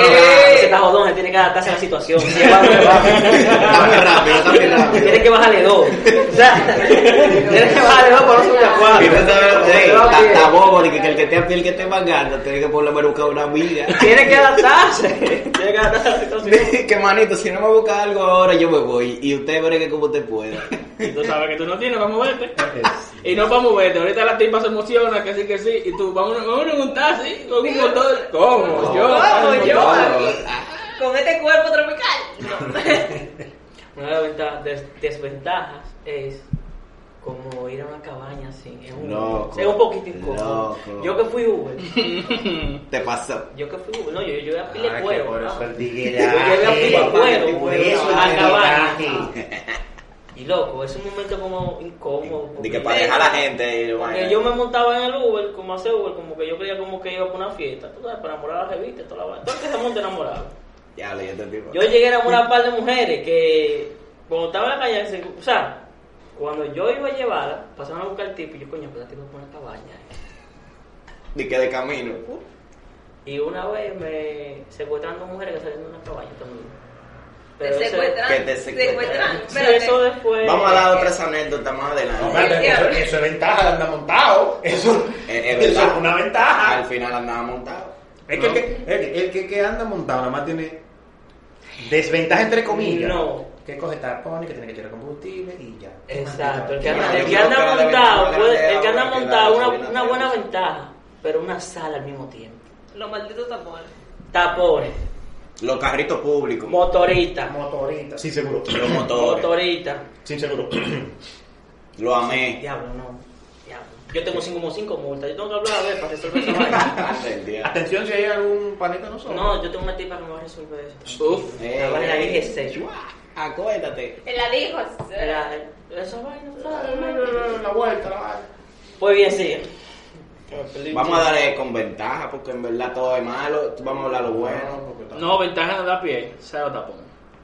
Speaker 6: ese está jodón, se tiene que adaptarse a la situación. Sí, va, va, va.
Speaker 5: Dame (laughs) rápido, dame
Speaker 3: (laughs)
Speaker 5: rápido.
Speaker 6: Tienes que bajarle dos. O sea, tienes que bajarle dos para no subir a cuatro.
Speaker 5: Y tú sabes lo que
Speaker 6: Te
Speaker 5: es,
Speaker 6: va bien.
Speaker 5: hasta bobo, de que el que te apia el que te mangando, tiene que por lo menos buscar una amiga.
Speaker 6: Tiene que adaptarse. Tiene que adaptarse a la situación.
Speaker 5: que manito, si no me busca algo ahora, yo me voy. Y usted bregue como usted pueda.
Speaker 6: Pues
Speaker 4: Y tú sabes que tú no tienes, vamos a verte. Y no vamos a verte. Ahorita la tipa se emociona, que sí, que sí. Y tú, vamos a un taxi con un motor. ¿Cómo?
Speaker 3: ¿Cómo?
Speaker 4: Yo. ay,
Speaker 3: Yo,
Speaker 4: no.
Speaker 3: aquí,
Speaker 5: Ah,
Speaker 3: con este cuerpo tropical.
Speaker 6: Una de las venta- des- desventajas es como ir a una cabaña sin es un,
Speaker 5: Loco.
Speaker 6: es un poquito incómodo.
Speaker 5: Loco.
Speaker 6: Yo que fui Uber,
Speaker 5: Te pasó.
Speaker 6: yo que fui Uber, no, yo, yo iba a pile
Speaker 2: Ay, Ah, que
Speaker 6: cuero.
Speaker 2: por eso
Speaker 6: ¿no?
Speaker 2: el
Speaker 6: Yo llevé a
Speaker 2: digueraje,
Speaker 6: pile
Speaker 2: papá,
Speaker 6: cuero,
Speaker 2: por
Speaker 6: güey,
Speaker 2: eso
Speaker 6: a
Speaker 2: el
Speaker 6: cabaña.
Speaker 2: digueraje.
Speaker 6: Y loco, es un momento como incómodo.
Speaker 5: De
Speaker 6: porque-
Speaker 5: que para dejar a la gente. y
Speaker 6: porque
Speaker 5: vaina.
Speaker 6: yo me montaba en el Uber, como hace Uber, como que yo creía como que iba para una fiesta, tú sabes, para enamorar a la revista, toda la vaina. Todo el que se monta enamorado.
Speaker 5: Ya lo este tipo.
Speaker 6: Yo llegué a enamorar a un par de mujeres que cuando estaba en la calle, se- o sea, cuando yo iba a llevarla, pasaban a buscar el tipo y yo, coño, pues la tipa pone una cabaña.
Speaker 5: De que de camino.
Speaker 6: Pues- Y una vez me secuestraron dos mujeres que salían de una cabaña también.
Speaker 3: Te
Speaker 6: ese-
Speaker 3: secuestran.
Speaker 5: que te secuestran.
Speaker 3: secuestran.
Speaker 6: Sí,
Speaker 3: Espérate.
Speaker 6: eso después.
Speaker 5: Vamos a la otra anécdota más
Speaker 2: No,
Speaker 5: adelante.
Speaker 2: pero Eso eso es ventaja de andar montado. Eso
Speaker 5: Es- es
Speaker 2: eso
Speaker 5: verdad.
Speaker 2: es una ventaja.
Speaker 5: Al final andaba montado.
Speaker 2: Es que el que, el, el que, que anda montado nada más tiene desventaja entre comillas.
Speaker 6: No.
Speaker 2: Que coge tapón y que tiene que tirar combustible y ya.
Speaker 6: Exacto, el que
Speaker 5: Bueno,
Speaker 6: anda, el
Speaker 5: yo
Speaker 6: que
Speaker 5: creo
Speaker 6: anda
Speaker 5: que la
Speaker 6: montado,
Speaker 5: ventaja
Speaker 6: puede-
Speaker 5: grande
Speaker 6: el que anda
Speaker 5: ahora es que
Speaker 6: montado,
Speaker 5: la
Speaker 6: una,
Speaker 5: gasolina
Speaker 6: una
Speaker 5: está
Speaker 6: buena
Speaker 5: bien.
Speaker 6: ventaja, pero una sala al mismo tiempo.
Speaker 3: Los malditos tapones.
Speaker 6: Tapones,
Speaker 5: Los carritos públicos.
Speaker 6: motorita,
Speaker 2: Motorita. Sin seguro.
Speaker 5: los motores.
Speaker 6: motorita.
Speaker 2: Sin
Speaker 5: (coughs)
Speaker 2: seguro.
Speaker 6: (laughs)
Speaker 5: Lo amé. (laughs)
Speaker 6: Diablo, no. Diablo. Yo tengo cinco- como cinco multas. Yo tengo que hablar a ver para resolver esa
Speaker 5: (laughs)
Speaker 6: vaina.
Speaker 5: Hasta el día.
Speaker 2: Atención si hay algún panita de nosotros.
Speaker 6: No, yo tengo una tipa que me va a resolver eso.
Speaker 4: Uf.
Speaker 5: Eh,
Speaker 6: La vaina ahí es seis.
Speaker 5: chua, Acuérdate.
Speaker 3: El alijo.
Speaker 6: Era- Esa vaina,
Speaker 2: La,
Speaker 6: ¿sabes?
Speaker 2: la, la, la vuelta, la vaina.
Speaker 6: Pues bien, sigue.
Speaker 5: Vamos a darle con ventaja porque en verdad todo es malo. Vamos a hablar lo bueno.
Speaker 2: porque está-
Speaker 4: No, ventaja de andar a pie, cero tapón.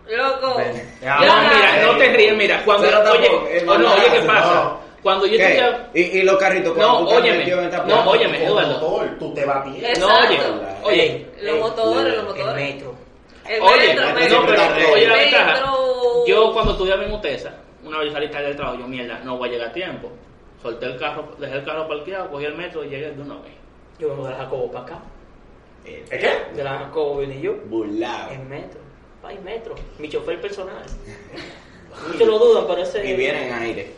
Speaker 3: Loco.
Speaker 5: Ah,
Speaker 2: Ya,
Speaker 4: No,
Speaker 2: vamos,
Speaker 4: mira, no te ríes, mira, cuando
Speaker 5: Pero tampoco,
Speaker 4: oye,
Speaker 5: eh, es
Speaker 4: oh, no,
Speaker 5: verdad,
Speaker 4: oye, ¿qué
Speaker 5: no.
Speaker 4: pasa? Cuando yo
Speaker 5: ¿Qué?
Speaker 4: tenía,
Speaker 5: ¿Y, y los carritos?
Speaker 4: No,
Speaker 5: ¿Cuánto tú te
Speaker 4: óyeme.
Speaker 5: metió en esta
Speaker 4: No,
Speaker 5: plaza?
Speaker 4: óyeme.
Speaker 2: Con
Speaker 4: Eduardo.
Speaker 2: motor, tú te vas bien.
Speaker 3: Exacto.
Speaker 4: no, oye, oye,
Speaker 6: Ey,
Speaker 3: Los
Speaker 6: ey,
Speaker 3: motores,
Speaker 5: la-
Speaker 3: los
Speaker 6: El
Speaker 3: motores.
Speaker 6: metro.
Speaker 3: El
Speaker 4: eh, Oye,
Speaker 3: metro,
Speaker 5: no,
Speaker 3: metro.
Speaker 4: no, pero oye la
Speaker 3: Metro.
Speaker 4: ventaja. Yo cuando estudiaba en Mutesa, una vez salí tarde del trabajo, yo mierda, no voy a llegar a tiempo. Solté el carro, dejé el carro parqueado, cogí el metro y llegué de una vez.
Speaker 6: Yo vengo de la Jacobo para acá.
Speaker 5: Eh,
Speaker 2: ¿Es qué?
Speaker 6: De la Jacobo vine yo.
Speaker 5: Burlado.
Speaker 6: En metro. País metro. Mi chofer personal. (laughs) Muchos lo dudan, pero ese.
Speaker 5: Y viene en aire.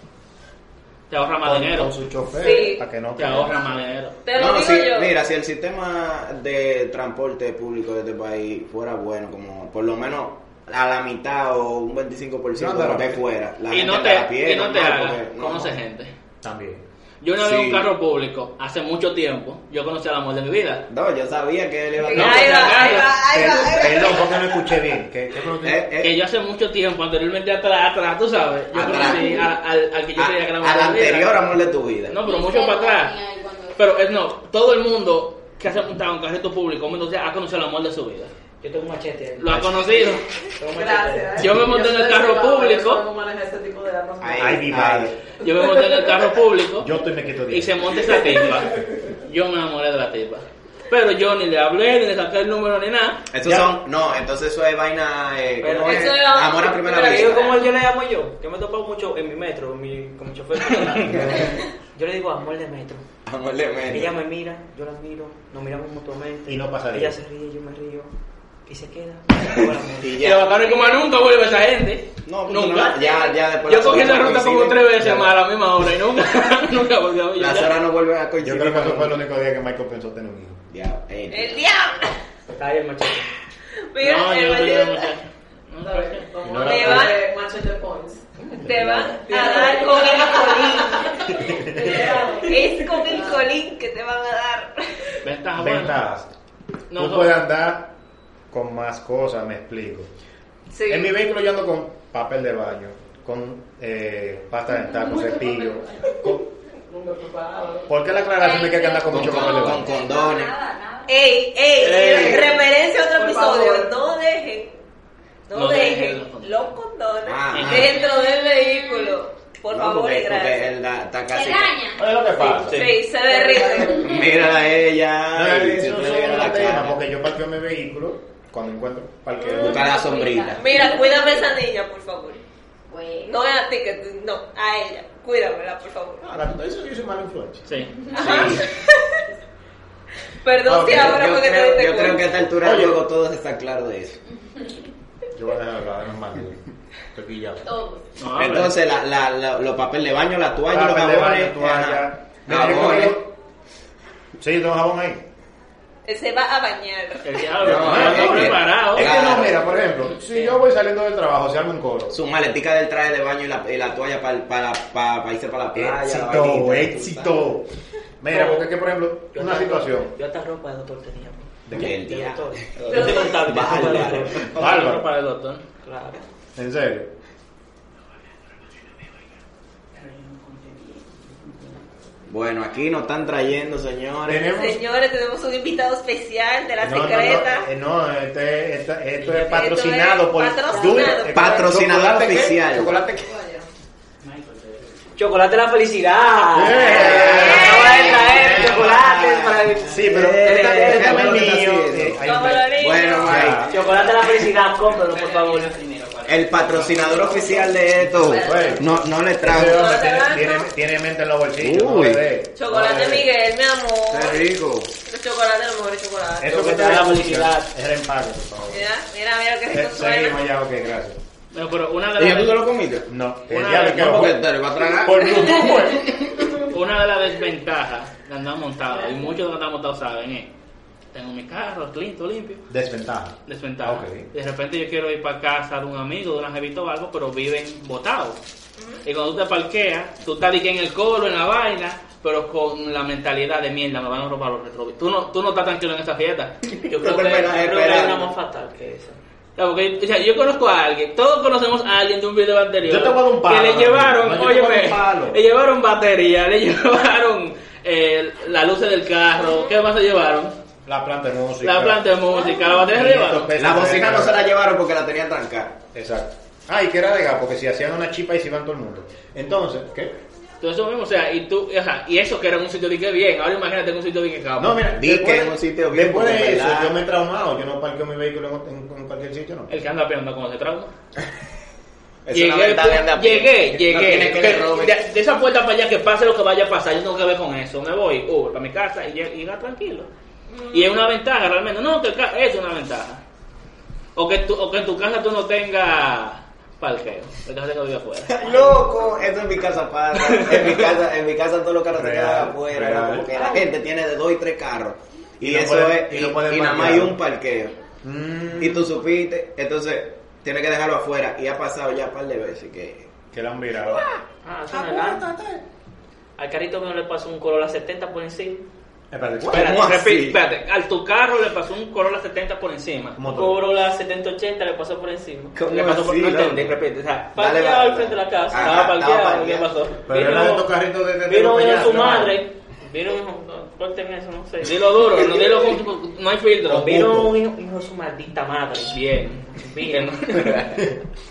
Speaker 4: Te ahorra más
Speaker 2: Con-
Speaker 4: dinero,
Speaker 2: Con su chofer.
Speaker 3: Sí.
Speaker 2: Para que no
Speaker 4: te ahorra más dinero.
Speaker 3: Te lo
Speaker 5: No, no,
Speaker 3: digo
Speaker 5: sí,
Speaker 3: yo.
Speaker 5: mira, si el sistema de transporte público de este país fuera bueno, como por lo menos a la mitad o un 25%
Speaker 2: No,
Speaker 5: de
Speaker 2: no,
Speaker 5: lo que
Speaker 2: no.
Speaker 5: fuera, la
Speaker 4: y,
Speaker 5: gente
Speaker 4: no
Speaker 5: anda a
Speaker 4: te,
Speaker 5: pie,
Speaker 4: y no te
Speaker 5: normal,
Speaker 4: hagas,
Speaker 5: porque- no,
Speaker 4: conoce
Speaker 5: no.
Speaker 4: gente.
Speaker 2: También.
Speaker 4: Yo una vez en
Speaker 5: Sí.
Speaker 4: un carro público, hace mucho tiempo, yo conocí al amor de mi vida.
Speaker 5: No, yo sabía que él iba a...
Speaker 3: Ahí va, ahí va, ahí va, ahí va.
Speaker 2: Perdón, porque no escuché bien. ¿Qué, qué fue lo que-
Speaker 5: Eh, eh,
Speaker 4: Que yo hace mucho tiempo, anteriormente atrás, atrás, tú sabes, yo
Speaker 5: Atrás.
Speaker 4: conocí a- al, al que yo
Speaker 5: ah, a-
Speaker 4: creía que era
Speaker 5: al
Speaker 4: amor de mi vida.
Speaker 5: anterior amor de tu vida.
Speaker 4: No, pero mucho para atrás. eh, Pero es no, todo el mundo que hace montado en un carrito público, entonces ha conocido el amor de su vida.
Speaker 6: Yo Yo tengo un machete.
Speaker 4: Lo ha conocido.
Speaker 6: Tengo un machete.
Speaker 3: Gracias.
Speaker 4: Yo me monté en el carro público.
Speaker 3: ¿Cómo manejar ese tipo de armas?
Speaker 2: Ay, mi madre.
Speaker 4: Yo me monté en el carro público
Speaker 2: Yo estoy me quito de
Speaker 4: y se monta esa tipa. Yo me enamoré de la tipa. Pero yo ni le hablé, ni le saqué el número, ni nada.
Speaker 5: Estos
Speaker 2: Ya.
Speaker 5: son, no, entonces eso es vaina, eh,
Speaker 6: Pero
Speaker 5: ¿cómo es?
Speaker 3: eso es-
Speaker 5: Amor a primera
Speaker 6: Mira, yo,
Speaker 5: vista.
Speaker 6: como yo le llamo yo, que me he topado mucho en mi metro, en mi, como chofer. (laughs) yo le digo amor de metro.
Speaker 5: Amor de
Speaker 6: Ella me
Speaker 5: menos.
Speaker 6: mira, yo la miro, nos miramos mutuamente.
Speaker 2: Y no pasa de
Speaker 6: Ella
Speaker 2: ahí.
Speaker 6: se ríe, yo me río. Y se queda.
Speaker 5: Y
Speaker 4: Y lo
Speaker 5: ya.
Speaker 4: bacano es que más nunca vuelve esa gente.
Speaker 5: No,
Speaker 4: nunca.
Speaker 5: no, ya, ya después
Speaker 4: Yo
Speaker 5: las
Speaker 4: cogí
Speaker 5: horas
Speaker 4: esa
Speaker 5: no
Speaker 4: ruta como
Speaker 5: coinciden.
Speaker 4: tres veces
Speaker 5: Ya.
Speaker 4: más a la misma hora y nunca, (laughs) nunca volví a ver.
Speaker 5: Las horas no vuelven a
Speaker 2: Yo
Speaker 5: coincidir.
Speaker 2: creo que eso
Speaker 5: con-
Speaker 2: fue el único día que Michael pensó tener un hijo.
Speaker 5: Ya, eh.
Speaker 3: ¡El diablo!
Speaker 6: Está ahí el machete.
Speaker 3: Mira,
Speaker 4: No, yo
Speaker 3: el
Speaker 4: no soy
Speaker 3: machete-
Speaker 4: una muchacha.
Speaker 2: No
Speaker 3: Te
Speaker 2: era-
Speaker 3: va-
Speaker 9: Machete points.
Speaker 3: Te va a dar con el colín. Es con el colín que te van a dar.
Speaker 4: Ventaja, Ah, bueno.
Speaker 2: Ventajas.
Speaker 4: No,
Speaker 2: Tú
Speaker 4: no.
Speaker 2: puedes andar con más cosas, me explico.
Speaker 3: Sí.
Speaker 2: En mi vehículo yo ando con papel de baño, con eh, pasta dental, con cepillo. con- ¿Por qué la aclaración de que hay que andar con mucho papel de
Speaker 5: Con
Speaker 2: baño?
Speaker 5: condones.
Speaker 3: Ey, ey,
Speaker 5: Ey.
Speaker 3: referencia a otro
Speaker 9: Por
Speaker 3: episodio.
Speaker 9: favor.
Speaker 3: No dejen, no,
Speaker 4: No dejen
Speaker 3: dejen
Speaker 4: los condones.
Speaker 3: los condones
Speaker 5: Ajá.
Speaker 3: dentro del vehículo. Por
Speaker 5: No,
Speaker 3: favor, y
Speaker 5: porque, porque
Speaker 3: gracias.
Speaker 5: él da- está casi.
Speaker 10: Pelaña.
Speaker 2: Es lo que pasa.
Speaker 3: Sí, se derrite.
Speaker 5: Mira a ella. y se
Speaker 2: Eso
Speaker 5: te
Speaker 2: es
Speaker 5: ve en la
Speaker 2: otro tema,
Speaker 5: cara.
Speaker 2: porque yo parqueo mi vehículo cuando encuentro parqueo.
Speaker 5: Busca la sombrita.
Speaker 3: Mira, cuídame a esa niña, por favor.
Speaker 10: Bueno.
Speaker 3: No es a ti, que tú- no, a ella. Cuídamela, por favor.
Speaker 2: Ahora, tú dices que yo soy mala influencia.
Speaker 4: Sí.
Speaker 3: (laughs) Perdón
Speaker 2: Ok,
Speaker 3: si
Speaker 5: Ah, Yo
Speaker 3: ahora este porque te
Speaker 5: creo,
Speaker 3: diste
Speaker 5: yo creo que a
Speaker 3: cuenta.
Speaker 5: esta altura
Speaker 2: Oye.
Speaker 5: luego todos están claros de eso.
Speaker 2: Yo voy a dejar hablar, hermano. Estoy pillado.
Speaker 10: Todos.
Speaker 2: Ah,
Speaker 4: No, habla.
Speaker 5: Entonces, la, la, la- los papeles de baño, la toalla, los
Speaker 2: Papel de baño,
Speaker 5: jabones.
Speaker 2: toalla.
Speaker 5: ajá.
Speaker 2: Mira, yo
Speaker 5: Jabones.
Speaker 2: creo que- Sí, yo tengo jabón ahí.
Speaker 3: Él se va a bañar.
Speaker 4: El diablo,
Speaker 5: No,
Speaker 4: no,
Speaker 5: es
Speaker 4: está
Speaker 5: que-
Speaker 4: preparado.
Speaker 2: Es que no,
Speaker 5: Claro.
Speaker 2: mira, por ejemplo, si yo voy saliendo del trabajo, se arma un coro.
Speaker 5: Su maletica del traje de baño y la, y la toalla para pa, pa, pa irse para la playa. la
Speaker 2: Éxito,
Speaker 5: vainita, tú
Speaker 2: éxito. Mira, porque es que, por ejemplo,
Speaker 6: Yo
Speaker 2: una
Speaker 6: hasta-
Speaker 2: situación.
Speaker 6: Yo hasta ropa de doctor tenía.
Speaker 5: sabes. Del
Speaker 6: De
Speaker 5: diablo.
Speaker 6: doctor. Yo soy contable, yo soy
Speaker 5: Bárbaro.
Speaker 6: contable.
Speaker 2: Bárbaro.
Speaker 4: Para el doctor.
Speaker 6: Claro.
Speaker 2: En serio.
Speaker 5: Bueno, aquí nos están trayendo, señores.
Speaker 2: Tenemos.
Speaker 3: Señores, tenemos un invitado especial de la
Speaker 2: No, no, no,
Speaker 3: secreta.
Speaker 2: eh, no, este, este- esto es
Speaker 3: es
Speaker 2: patrocinado por
Speaker 3: patrocinado.
Speaker 2: Dulce-
Speaker 5: Patrocinador
Speaker 2: ¿Chocolate qué?
Speaker 5: oficial.
Speaker 2: ¿Chocolate qué?
Speaker 6: Chocolate de la felicidad.
Speaker 2: Eh.
Speaker 6: Ahora traer chocolates para el-
Speaker 2: Sí, pero
Speaker 6: Eh,
Speaker 2: este- este
Speaker 6: eh,
Speaker 2: es
Speaker 5: bueno,
Speaker 2: el
Speaker 5: está
Speaker 2: mío.
Speaker 5: haciendo.
Speaker 2: Eh, ahí
Speaker 3: Como
Speaker 2: está.
Speaker 3: lo niños.
Speaker 5: Bueno,
Speaker 2: Ya.
Speaker 5: Mike,
Speaker 6: Chocolate de la felicidad, cómpralo por favor.
Speaker 5: el patrocinador oficial de esto
Speaker 2: Bueno.
Speaker 5: no, no le
Speaker 2: Ese
Speaker 5: trajo.
Speaker 2: hombre tiene- tiene- Tiene mente en los bolsillos. eh. no
Speaker 5: Uy.
Speaker 2: le dé.
Speaker 3: Chocolate
Speaker 2: No le dé.
Speaker 3: Miguel, mi
Speaker 5: Qué
Speaker 3: amor.
Speaker 5: rico.
Speaker 3: Los chocolates, los mejores chocolates.
Speaker 2: Eso que te
Speaker 6: Da
Speaker 2: da
Speaker 6: la
Speaker 2: publicidad
Speaker 6: publicidad.
Speaker 2: es el empaque, por favor.
Speaker 3: Mira, mira, mira qué
Speaker 2: Eh,
Speaker 3: rico suena.
Speaker 2: Seguimos ya, ok, gracias.
Speaker 4: No, pero una
Speaker 5: ¿Y
Speaker 4: de
Speaker 5: ya tú te
Speaker 4: las,
Speaker 5: lo comiste?
Speaker 2: No, eh, el
Speaker 4: Una
Speaker 2: diablo
Speaker 4: vez,
Speaker 2: que
Speaker 4: no,
Speaker 2: ojo.
Speaker 5: Porque te lo iba a tragar.
Speaker 2: Por Bluetooth, pues.
Speaker 4: una de las desventajas de andar montado, y muchos de los que andamos montados saben, es, tengo mi carro, clean, limpio,
Speaker 2: Desventaja.
Speaker 4: desventaja.
Speaker 2: Ok.
Speaker 4: De repente yo quiero ir para casa de un amigo, de una jevita o algo, pero viven botados. Y cuando tú te parqueas, tú estás de que en el coro, en la vaina, pero con la mentalidad de mierda, me van a robar los retrovisores. Tú no, tú no estás tranquilo en esta fiesta.
Speaker 6: Yo creo
Speaker 5: Te
Speaker 6: que
Speaker 5: esperas,
Speaker 6: yo creo que
Speaker 5: esperas.
Speaker 6: hay una más fatal que esa.
Speaker 4: Claro, porque, o sea, yo conozco a alguien, todos conocemos a alguien de un video anterior.
Speaker 2: Yo te voy a dar un palo,
Speaker 4: Que le
Speaker 2: no,
Speaker 4: llevaron,
Speaker 2: no, yo te
Speaker 4: óyeme,
Speaker 2: voy a dar un palo.
Speaker 4: le llevaron batería, le (laughs) llevaron eh, la luz del carro, ¿qué más se llevaron?
Speaker 2: La planta de música.
Speaker 4: la planta de música, la
Speaker 2: Ah,
Speaker 4: batería se llevaron.
Speaker 5: La bocina no se la llevaron porque la tenían trancada.
Speaker 2: Exacto. Ah, y que era de gas, porque si hacían una chipa y se iban todo el mundo. Entonces, ¿qué?
Speaker 4: Todo eso mismo, o sea, y tú, o sea, y eso que era un sitio de que bien, ahora imagínate en un sitio de que cabrón.
Speaker 2: No, mira,
Speaker 5: Di que
Speaker 2: después,
Speaker 5: en un sitio bien,
Speaker 2: después
Speaker 5: porque
Speaker 2: de eso,
Speaker 5: verdad.
Speaker 2: yo me he traumado. Yo no parqueo mi vehículo en, en- en cualquier sitio, no.
Speaker 4: El que anda peando con ese trauma.
Speaker 5: Esa es la
Speaker 4: Llegué,
Speaker 5: ventaja de andar
Speaker 4: pu- llegué,
Speaker 5: bien.
Speaker 4: llegué.
Speaker 5: No tiene que le
Speaker 4: Que-
Speaker 5: roben.
Speaker 4: de, de esa puerta para allá, que pase lo que vaya a pasar, yo no tengo que ver con eso. Me voy, Uber, para mi casa y lleg- y llegar tranquilo. Y es una ventaja realmente. No, que el ca- es una ventaja. O que, tu, o que en tu casa tú no tengas parqueo. Que casa tenga vida afuera.
Speaker 5: Loco, esto en mi casa pasa. En mi casa, en mi casa todos los carros se
Speaker 2: Real,
Speaker 5: quedan afuera,
Speaker 2: real.
Speaker 5: ¿no? porque la gente tiene de dos y tres carros. Y,
Speaker 2: Y no
Speaker 5: eso
Speaker 2: pueden-
Speaker 5: es,
Speaker 2: y
Speaker 5: y,
Speaker 2: no pueden
Speaker 5: y nada más hay
Speaker 2: parquear.
Speaker 5: un parqueo.
Speaker 2: Mm,
Speaker 5: Y tú supiste, entonces tienes que dejarlo afuera. Y ha pasado ya un par de veces que.
Speaker 2: que la han virado.
Speaker 6: Ah, eso no es nada. Al carrito mío le pasó un Corolla 70 por encima.
Speaker 2: Espérate,
Speaker 5: ¿Cómo así?
Speaker 4: Espérate, repi- espérate. Al tu carro le pasó un Corolla 70 por encima.
Speaker 2: ¿Cómo tú?
Speaker 6: Corolla 70-80 le pasó por encima.
Speaker 5: ¿Cómo
Speaker 4: Le pasó por
Speaker 5: así,
Speaker 4: no
Speaker 5: loco?
Speaker 4: entendí, repite. O sea,
Speaker 5: Dale,
Speaker 6: Parqueado
Speaker 5: dale.
Speaker 6: al frente de la casa.
Speaker 5: Ajá,
Speaker 6: estaba
Speaker 5: estaba
Speaker 6: parqueado. ¿Qué
Speaker 5: parqueado.
Speaker 6: pasó?
Speaker 2: Pero era de estos carritos de- de- de
Speaker 6: vino,
Speaker 2: los
Speaker 6: vino
Speaker 2: peñascos,
Speaker 6: su
Speaker 2: ¿no?
Speaker 6: madre. Vino,
Speaker 9: Corten eso, no sé.
Speaker 4: Dilo duro, no, dilo con- no hay filtro.
Speaker 6: Vino un hijo, un hijo de su maldita madre.
Speaker 4: Bien. Bien.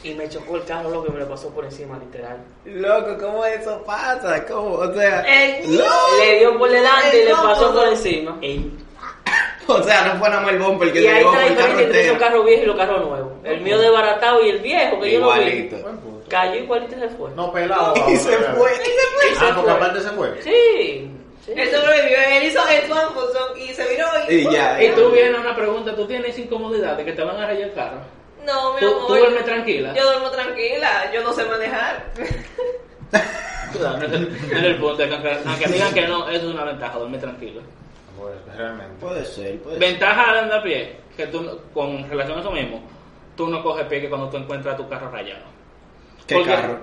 Speaker 6: Y me chocó el carro, loco, y me lo pasó por encima, literal.
Speaker 5: Loco, ¿cómo eso pasa? ¿Cómo? O sea,
Speaker 3: El-
Speaker 5: no.
Speaker 6: Le dio por delante y le
Speaker 3: No,
Speaker 6: pasó
Speaker 3: no.
Speaker 6: por encima.
Speaker 5: O sea, no fue nada más el bumper que
Speaker 6: Y
Speaker 5: se
Speaker 6: ahí
Speaker 5: llevó
Speaker 6: está
Speaker 5: por
Speaker 6: la
Speaker 5: el carro
Speaker 6: diferencia entre esos
Speaker 5: entero.
Speaker 6: carros viejos y los carros nuevos. El mío desbaratado y el viejo, que yo
Speaker 5: Igualito.
Speaker 6: lo vi. Cayó igualito y se fue.
Speaker 2: No pelado.
Speaker 5: Y
Speaker 2: vamos,
Speaker 5: se
Speaker 2: pelado.
Speaker 5: fue.
Speaker 2: Ah, porque aparte se fue.
Speaker 6: Sí. sí.
Speaker 3: Él sobrevivió, él hizo el Swanson y se vino y...
Speaker 5: pues, Y ya.
Speaker 4: Y tú vienes a una pregunta, tú tienes incomodidades que te van a rayar el carro.
Speaker 3: No, mi
Speaker 4: Tú-
Speaker 3: amor.
Speaker 4: tú duermes tranquila.
Speaker 3: Yo duermo tranquila, yo no sé manejar. (laughs)
Speaker 4: Claro, no es no es el punto, aunque, aunque digan que no, eso es una ventaja, duerme tranquilo.
Speaker 2: Pues realmente.
Speaker 5: Puede ser, puede ser.
Speaker 4: Ventaja de andar a pie, que tú, no- con relación a eso mismo, tú no coges pie que cuando tú encuentras tu carro rayado.
Speaker 5: ¿Qué
Speaker 4: Porque-
Speaker 5: carro?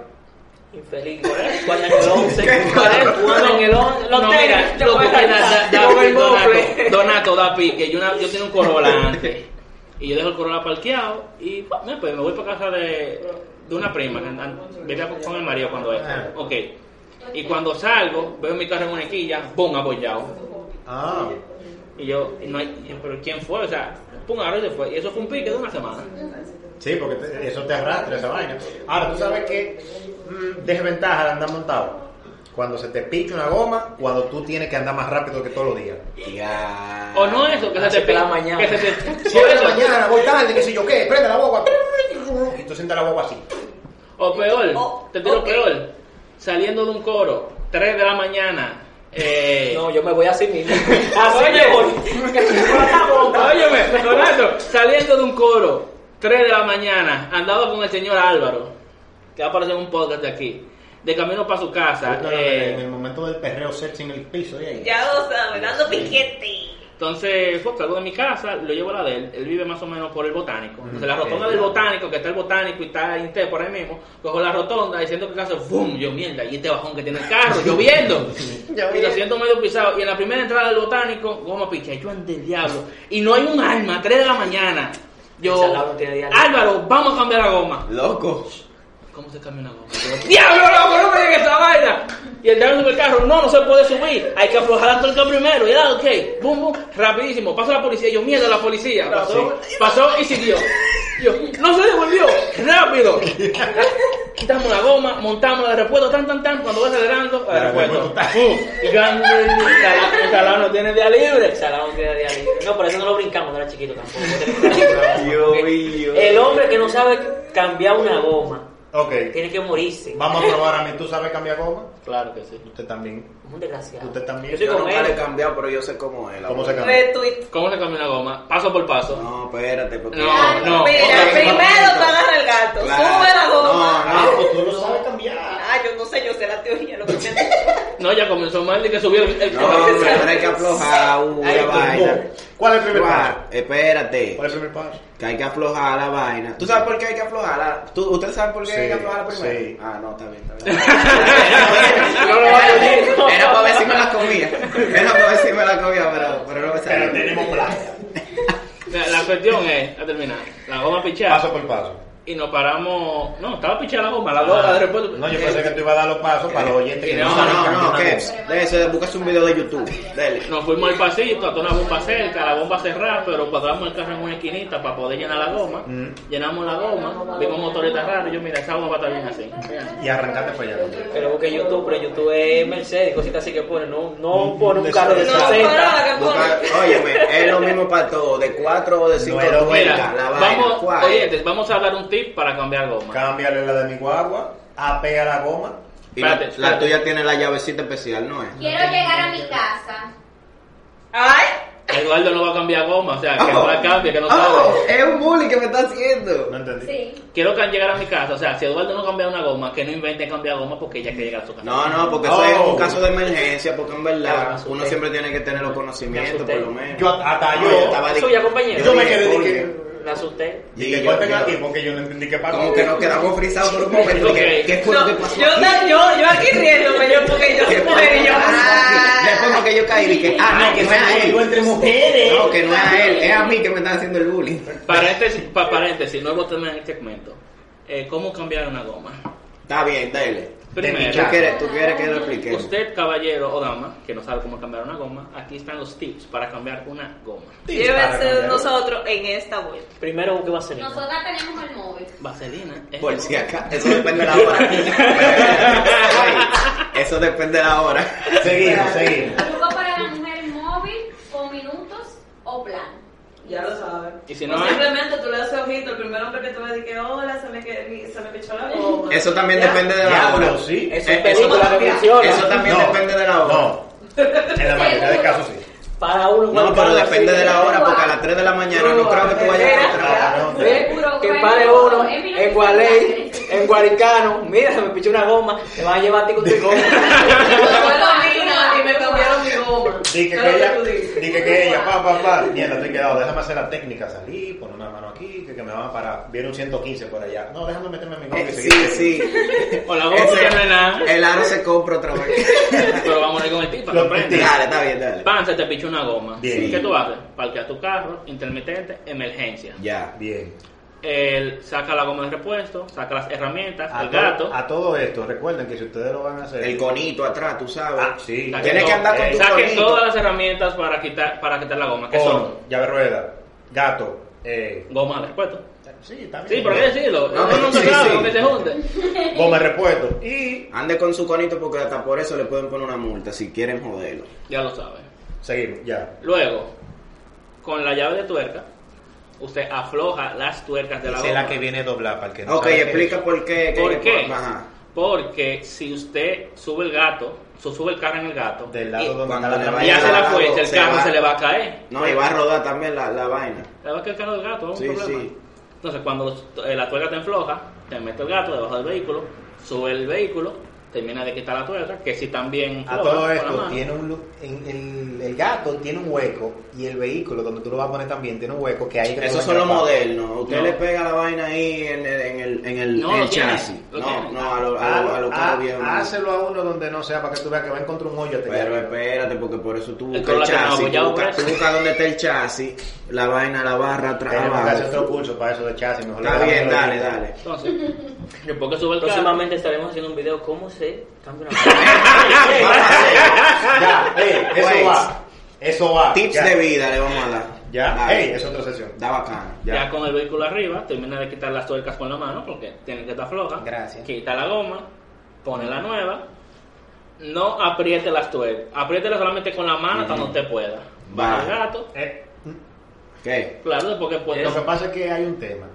Speaker 6: Infeliz. ¿Cuál es el 11?
Speaker 5: (laughs)
Speaker 6: ¿Cuál es
Speaker 4: No,
Speaker 6: el 11?
Speaker 4: no, mira,
Speaker 6: te
Speaker 4: loco,
Speaker 6: voy a
Speaker 4: mira, da-
Speaker 6: dar-
Speaker 4: da
Speaker 6: con el
Speaker 4: pique,
Speaker 6: mofle.
Speaker 4: Donato, Donato, da pique. Yo, una- yo tenía un Corolla antes. Y yo dejo el Corolla parqueado y pa, me, pues, me voy para casa de, de una prima que an- vivía con- con el marido cuando
Speaker 6: Ah.
Speaker 4: era. Ok. Y cuando salgo, veo mi carro en una esquilla, ¡bum! apoyado.
Speaker 2: Ah,
Speaker 4: Y yo, y no hay- yo, pero ¿quién fue? O sea, ¡pum! ahora se fue. Y eso fue un pique de una semana.
Speaker 2: sí, porque te- eso te arrastra esa vaina. Ahora, tú sabes que mm, desventaja de andar montado. Cuando se te pica una goma, cuando tú tienes que andar más rápido que todos los días.
Speaker 5: Ya.
Speaker 4: O no eso, que se
Speaker 6: Así
Speaker 4: te
Speaker 6: que la
Speaker 4: pique-
Speaker 6: mañana.
Speaker 4: Que se te, (laughs)
Speaker 2: Si es
Speaker 4: eso.
Speaker 2: mañana, voy tarde, qué sé yo qué, prende la guagua. Y tú sientas la guagua así.
Speaker 4: O peor,
Speaker 3: Oh,
Speaker 4: te tiro
Speaker 3: ok.
Speaker 4: peor, saliendo de un coro, 3 de la mañana. Eh,
Speaker 6: No, yo me voy así mismo. (laughs) Así me voy.
Speaker 4: óyeme, Donato, saliendo de un coro, 3 de la mañana, andaba con el señor Álvaro, que va a aparecer en un podcast de aquí, de camino para su casa.
Speaker 2: En
Speaker 4: eh,
Speaker 2: el momento del perreo sexy en el piso, y ahí.
Speaker 3: Ya lo saben, dando piquete.
Speaker 4: entonces, pues, salgo de mi casa, lo llevo a la de él, él vive más o menos por el botánico.
Speaker 6: Mm,
Speaker 4: Entonces, la
Speaker 2: Ok.
Speaker 4: rotonda del botánico, que está el botánico y está Inte por ahí mismo, cojo la rotonda diciendo que casa, ¡bum! Yo, mierda, y este bajón que tiene el
Speaker 6: (laughs)
Speaker 4: carro, lloviendo. Y lo siento medio pisado. Y en la primera entrada del botánico, goma picha, yo ante el diablo. Y no hay un alma, 3 de la mañana. Yo,
Speaker 6: Ese al lado no tiene diálogo.
Speaker 4: Álvaro, vamos a cambiar la goma.
Speaker 5: Loco.
Speaker 4: ¿Cómo se cambia una goma? Yo, ¡Diablo, loco, no me digas esa vaina! Y el diablo sube el carro, no, no se puede subir. Hay que aflojar la tuerca primero. Y era, ok, bum, bum, rapidísimo. Pasó la policía, yo, miedo a la policía. Pasó, pasó y siguió. Yo, no se devolvió, rápido. Quitamos la goma, montamos el repuesto, tan, tan, tan. Cuando va acelerando, el
Speaker 2: La
Speaker 4: repuesto.
Speaker 2: repuesto está.
Speaker 5: (laughs)
Speaker 4: ¡Pum! Y grande, el salón no tiene día libre.
Speaker 6: Salón que daría libre. No, por eso no lo brincamos cuando era chiquito
Speaker 5: (laughs)
Speaker 6: tampoco.
Speaker 5: Dios mío.
Speaker 6: El hombre que no sabe cambiar una goma
Speaker 2: Ok,
Speaker 6: tiene que morirse.
Speaker 2: vamos a probar a mí. ¿Tú sabes cambiar goma?
Speaker 4: Claro que sí.
Speaker 2: Usted también.
Speaker 6: Es un desgraciado.
Speaker 2: Usted también.
Speaker 6: Yo soy
Speaker 5: Yo
Speaker 6: como
Speaker 5: nunca le he
Speaker 6: él.
Speaker 5: cambiado, pero yo sé cómo es. la
Speaker 2: ¿Cómo se
Speaker 5: verdad.
Speaker 2: cambia?
Speaker 3: Retweet.
Speaker 4: ¿Cómo se cambia una goma? Paso por paso.
Speaker 5: No, espérate. Porque...
Speaker 4: No, no.
Speaker 3: Mira,
Speaker 5: Ok,
Speaker 3: primero
Speaker 5: vamos.
Speaker 3: te agarra el gato,
Speaker 5: Claro.
Speaker 3: sube la goma.
Speaker 5: No,
Speaker 2: Ah,
Speaker 5: no.
Speaker 2: pues tú lo sabes cambiar.
Speaker 3: Ah, yo no sé, yo sé la teoría,
Speaker 5: (laughs)
Speaker 3: lo que me
Speaker 4: No, ya comenzó mal y que subió el, el
Speaker 5: No, primero hay que aflojar una
Speaker 2: Ahí,
Speaker 5: vaina.
Speaker 2: pues, ¿Cuál es el primer paso?
Speaker 5: Guau, espérate.
Speaker 2: ¿Cuál es el primer paso?
Speaker 5: Que hay que aflojar la vaina. ¿Tú sabes por qué hay que aflojarla? ¿Tú, ¿Ustedes saben por qué
Speaker 2: Sí,
Speaker 5: hay que aflojarla primero?
Speaker 2: sí.
Speaker 5: Ah, no, está bien, está bien. Era para ver si me la comía. Era para ver si me la comía, pero, pero no me salió.
Speaker 2: Pero tenemos playa.
Speaker 4: La, la cuestión es, a terminar, la goma pichada.
Speaker 2: Paso por paso.
Speaker 4: Y nos paramos. No, estaba pichada la goma,
Speaker 5: Ah,
Speaker 4: la goma de repuesto.
Speaker 2: No, yo pensé que tú ibas a dar los pasos para los oyentes que
Speaker 5: (laughs) No,
Speaker 2: saben
Speaker 5: no,
Speaker 2: cambiar
Speaker 5: no,
Speaker 2: una
Speaker 5: ¿qué?
Speaker 2: goma.
Speaker 5: De eso, buscas un video de YouTube. Dele.
Speaker 4: Eh, Nos fuimos al pasito, hasta una bomba cerca, la bomba cerrada, pero cuadramos el carro en una esquinita para poder llenar la goma.
Speaker 5: Mm.
Speaker 2: Mm.
Speaker 4: Llenamos la goma, vimos motoreta raro. Yo, mira, esa goma va a estar bien así.
Speaker 2: Y arrancaste para allá.
Speaker 6: Pero busque YouTube, pero YouTube es Mercedes y cositas así que pone. No, no pone un carro de
Speaker 3: No, para,
Speaker 6: 60.
Speaker 3: que
Speaker 5: Busca-
Speaker 3: pone.
Speaker 5: óyeme, es lo mismo para todo, de 4 o de 5
Speaker 2: No, no,
Speaker 4: Mira,
Speaker 5: la vaina.
Speaker 4: vamos,
Speaker 5: ¿cuál?
Speaker 4: oyentes, vamos a dar un tip para cambiar goma.
Speaker 2: Cámbiale la de mi guagua, apea la goma.
Speaker 5: Y la,
Speaker 4: Espérate,
Speaker 5: la
Speaker 4: espérate.
Speaker 5: tuya tiene la llavecita especial, ¿no es?
Speaker 10: Quiero llegar a mi casa.
Speaker 3: Ay,
Speaker 4: Eduardo no va a cambiar goma, o sea, que
Speaker 5: Oh.
Speaker 4: no la cambie, que no
Speaker 5: Oh,
Speaker 4: sabe.
Speaker 5: es un bullying que me está haciendo.
Speaker 2: No entendí.
Speaker 10: Sí.
Speaker 4: Quiero que llegar a mi casa, o sea, si Eduardo no cambia una goma, que no invente cambiar goma porque ella quiere llegar a su casa.
Speaker 5: No, no, porque
Speaker 2: Oh.
Speaker 5: eso es un caso de emergencia, porque en
Speaker 6: Ya,
Speaker 4: Ah,
Speaker 6: me
Speaker 5: verdad
Speaker 6: asusté.
Speaker 5: uno siempre tiene que tener los
Speaker 6: Me
Speaker 5: conocimientos,
Speaker 6: asusté.
Speaker 5: por lo menos.
Speaker 2: Yo hasta
Speaker 5: No,
Speaker 2: yo.
Speaker 5: estaba de-
Speaker 6: Suya, compañero.
Speaker 2: Yo me quedé
Speaker 5: dije,
Speaker 2: de
Speaker 5: "Coño".
Speaker 2: que.
Speaker 6: Me asusté.
Speaker 2: Y
Speaker 5: Sí,
Speaker 2: que
Speaker 5: yo-
Speaker 2: corten
Speaker 5: yo-
Speaker 2: aquí porque yo no entendí qué pasó.
Speaker 5: Como que nos quedamos frisados por un momento.
Speaker 4: Ok.
Speaker 5: ¿Qué, qué fue
Speaker 3: no,
Speaker 5: lo que pasó?
Speaker 3: yo,
Speaker 5: aquí?
Speaker 3: na- yo, yo aquí riéndome, yo porque yo
Speaker 5: ¿Qué fue lo que
Speaker 3: soy yo.
Speaker 5: pasó aquí?
Speaker 3: Ah.
Speaker 5: Después fue que yo caí dije, ah, no, que no es a
Speaker 2: Yo
Speaker 5: él.
Speaker 2: entre mujeres.
Speaker 5: No, que no es a él, es a mí que me están haciendo el bullying.
Speaker 4: Paréntesis, pa- paréntesis, nuevo tema en este segmento. Eh, ¿Cómo cambiar una goma?
Speaker 5: Está bien, dale.
Speaker 4: Primero,
Speaker 5: ¿Tú quieres, tú quieres que lo expliquemos?
Speaker 4: Usted, caballero o dama, que no sabe cómo cambiar una goma, aquí están los tips para cambiar una goma.
Speaker 3: Llévense nosotros en esta vuelta.
Speaker 6: Primero busque vaselina.
Speaker 10: Nosotras tenemos el móvil.
Speaker 4: Vaselina. es-
Speaker 5: Por si acá, eso depende de
Speaker 4: (laughs)
Speaker 5: la hora. Oye, eso depende de la hora.
Speaker 2: Seguimos, seguimos.
Speaker 10: Truco para la mujer móvil o minutos o plan.
Speaker 3: Ya lo sabes.
Speaker 4: Y si no
Speaker 3: O
Speaker 5: ¿eh?
Speaker 4: hay-
Speaker 3: simplemente tú le das ojito el primer hombre que tú ves y que hola, se me, que- se me pichó la (laughs) goma.
Speaker 5: Eso también
Speaker 3: Ya.
Speaker 5: depende de la
Speaker 2: Diablo,
Speaker 5: hora.
Speaker 2: sí.
Speaker 5: Eh,
Speaker 6: Eso
Speaker 5: Eso,
Speaker 6: es película que funciona.
Speaker 5: eso también
Speaker 2: No,
Speaker 5: depende de la hora.
Speaker 2: No. En la mayoría de casos sí.
Speaker 6: Para uno.
Speaker 5: No, pero depende de la hora, porque a las 3 de la mañana no creo que tú vayas a
Speaker 2: Espera.
Speaker 5: encontrar.
Speaker 2: no,
Speaker 6: ¿Ve?
Speaker 10: puro
Speaker 6: Eh, Que
Speaker 10: cuerno.
Speaker 6: pare uno
Speaker 10: Es mi
Speaker 6: en
Speaker 10: único
Speaker 6: Gualey,
Speaker 10: placer.
Speaker 6: en Guaricano. Mira, se me pichó una goma. Te van a llevar a ti con tu goma.
Speaker 3: Fue lo
Speaker 10: (laughs)
Speaker 3: mismo y me cambiaron mi goma.
Speaker 2: Dije
Speaker 3: Pero
Speaker 2: que ella,
Speaker 3: tú dices.
Speaker 2: dije que ella, pa, pa, pa, mierda, estoy quedado, déjame hacer la técnica, salí, pon una mano aquí, que, que me van a parar, viene un 115 por allá, no, déjame meterme en mi goma
Speaker 5: Eh,
Speaker 2: que
Speaker 5: Sí,
Speaker 2: seguí.
Speaker 5: sí.
Speaker 4: O la goma
Speaker 5: Ese-
Speaker 4: que no es nada.
Speaker 5: el aro se compra
Speaker 4: (laughs)
Speaker 5: otra vez.
Speaker 4: Pero vamos a ir con el tip para
Speaker 2: Lo
Speaker 4: que aprenda.
Speaker 2: que
Speaker 5: dale, está bien, dale.
Speaker 4: Pan, se te pichó una goma.
Speaker 2: Bien.
Speaker 4: ¿Qué tú haces? Parquea tu carro, intermitente, emergencia.
Speaker 5: Ya.
Speaker 2: Bien.
Speaker 4: El- saca la goma de repuesto, saca las herramientas,
Speaker 2: A,
Speaker 4: el
Speaker 2: to-
Speaker 4: gato.
Speaker 2: a todo esto, recuerden que si ustedes lo van a hacer,
Speaker 5: El conito atrás, tú sabes.
Speaker 2: Ah, sí.
Speaker 4: saquen
Speaker 5: Tienes que
Speaker 4: todo.
Speaker 5: andar con
Speaker 2: Eh,
Speaker 5: tu
Speaker 4: Saquen
Speaker 5: conito.
Speaker 4: todas las herramientas para quitar, para quitar la goma. ¿Qué
Speaker 2: cono,
Speaker 4: son?
Speaker 2: llave rueda, gato, eh,
Speaker 4: Goma de repuesto.
Speaker 2: sí, también.
Speaker 4: pues, Sí, pero hay que decirlo.
Speaker 5: No,
Speaker 4: No,
Speaker 5: pero
Speaker 4: no, se
Speaker 5: sí,
Speaker 4: sabe
Speaker 5: sí.
Speaker 4: porque se junte.
Speaker 2: Goma de repuesto. Y
Speaker 5: Ande con su conito porque hasta por eso le pueden poner una multa si quieren joderlo.
Speaker 4: Ya lo sabe.
Speaker 2: seguimos, ya.
Speaker 4: Luego, con la llave de tuerca, usted afloja las tuercas de la
Speaker 2: Esa
Speaker 4: goma.
Speaker 2: es la que viene doblada para el que no
Speaker 5: Ok,
Speaker 2: sabe qué
Speaker 5: explica
Speaker 2: es.
Speaker 5: por qué.
Speaker 4: ¿Por qué?
Speaker 5: Ajá.
Speaker 4: Porque si usted sube el gato, su- sube el carro en el gato
Speaker 2: Del
Speaker 4: y,
Speaker 2: lado donde
Speaker 5: cuando
Speaker 2: está
Speaker 5: le
Speaker 2: la
Speaker 4: y
Speaker 5: vaya
Speaker 2: trampa.
Speaker 4: hace la
Speaker 5: al lado,
Speaker 4: fuerza, el
Speaker 5: se
Speaker 4: carro
Speaker 5: va.
Speaker 4: se le va a caer.
Speaker 5: No, y va a rodar también la, la vaina.
Speaker 4: Le va a caer el carro del gato, es un
Speaker 5: Sí,
Speaker 4: problema.
Speaker 5: sí.
Speaker 4: Entonces, cuando los- eh, la tuerca te enfloja, te mete el gato debajo del vehículo, sube el vehículo, termina de quitar la tuerca, que si también
Speaker 2: A
Speaker 4: floja
Speaker 2: todo
Speaker 4: con la
Speaker 2: esto,
Speaker 4: mano.
Speaker 2: tiene un, lu- en- el, el gato tiene un hueco y el vehículo donde tú lo vas a poner también tiene un hueco que ahí que tú
Speaker 5: Eso
Speaker 2: vas a
Speaker 5: son los
Speaker 2: atrapar.
Speaker 5: modernos. Usted
Speaker 4: No.
Speaker 5: le pega la vaina ahí en el, en el, en el,
Speaker 4: No,
Speaker 5: en el
Speaker 4: lo tiene,
Speaker 5: chasis.
Speaker 4: lo
Speaker 5: no,
Speaker 4: tiene.
Speaker 5: no, a los a, lo- a los
Speaker 2: Ah,
Speaker 5: carros viejos. no.
Speaker 2: ah, Hácelo a uno donde no sea para que tú veas que va a encontrar un hoyo. te
Speaker 5: Pero
Speaker 2: llama.
Speaker 5: espérate, porque por eso tú
Speaker 4: El
Speaker 5: buscas el
Speaker 4: colate no, pues
Speaker 5: chasis.
Speaker 4: apoyado
Speaker 5: Tú buscas,
Speaker 4: por eso.
Speaker 5: tú buscas dónde está el chasis, la vaina, la barra
Speaker 4: Eh,
Speaker 5: atrás.
Speaker 2: Tenemos que hacer otro
Speaker 5: Abajo.
Speaker 2: curso para eso de chasis. Mejor
Speaker 5: Está
Speaker 2: le damos
Speaker 5: bien,
Speaker 2: otro
Speaker 5: dale,
Speaker 2: día.
Speaker 5: dale.
Speaker 4: Entonces, después (laughs) que sube el carro, (laughs)
Speaker 6: Próximamente estaremos haciendo un video cómo se cambia una goma.
Speaker 5: (laughs)
Speaker 2: Ya, ey, eso
Speaker 5: Pues,
Speaker 2: va. Eso va.
Speaker 5: Tips
Speaker 2: ya.
Speaker 5: de vida le vamos a dar.
Speaker 2: Ya,
Speaker 5: Dale.
Speaker 2: ey, es otra sesión.
Speaker 5: Está bacano.
Speaker 4: ya. con el vehículo arriba, termina de quitar las tuercas con la mano, porque tienen que estar flojas.
Speaker 2: Gracias.
Speaker 4: Quita la goma, pone la nueva, no apriete las tuercas, apriételas solamente con la mano hasta donde usted pueda.
Speaker 5: Va.
Speaker 4: Va el gato,
Speaker 2: Eh,
Speaker 5: ¿Qué?
Speaker 4: claro, porque pues,
Speaker 2: lo que pasa es que hay un tema.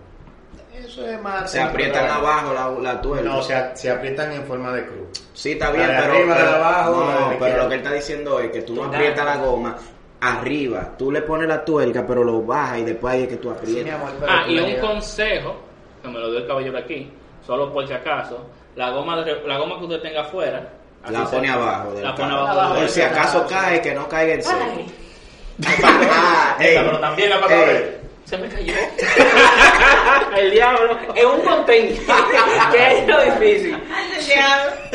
Speaker 2: Eso es más.
Speaker 5: Se aprietan abajo la, la tuerca.
Speaker 2: No, se, a- se aprietan en forma de
Speaker 4: Ah,
Speaker 2: cruz.
Speaker 5: Sí,
Speaker 2: La
Speaker 5: está bien,
Speaker 2: de
Speaker 5: pero,
Speaker 2: arriba, la de
Speaker 5: pero-
Speaker 2: abajo, la de la
Speaker 5: no, pero
Speaker 2: izquierda.
Speaker 5: lo que él está diciendo es que tú no aprietas la goma arriba, tú le pones la tuerca, pero lo bajas y después ahí es que
Speaker 2: Sí,
Speaker 5: tú
Speaker 2: mi
Speaker 5: aprietas.
Speaker 2: amor, pero
Speaker 4: Ah,
Speaker 2: tú
Speaker 4: y
Speaker 2: la
Speaker 4: un
Speaker 2: llevas.
Speaker 4: consejo, que me lo dio el caballero aquí, solo por si acaso, la goma, de re- la goma que usted tenga afuera, aquí
Speaker 5: la
Speaker 4: se-
Speaker 5: pone abajo del
Speaker 4: la pone
Speaker 5: carro.
Speaker 4: abajo del
Speaker 5: Por si
Speaker 4: carro.
Speaker 5: acaso cae, que no caiga el
Speaker 4: (laughs)
Speaker 5: suelo. Ah, ey,
Speaker 2: Pero también la pasa
Speaker 5: ey.
Speaker 2: a ver.
Speaker 4: Se me cayó. el diablo.
Speaker 6: Es un container. (laughs) que es lo difícil.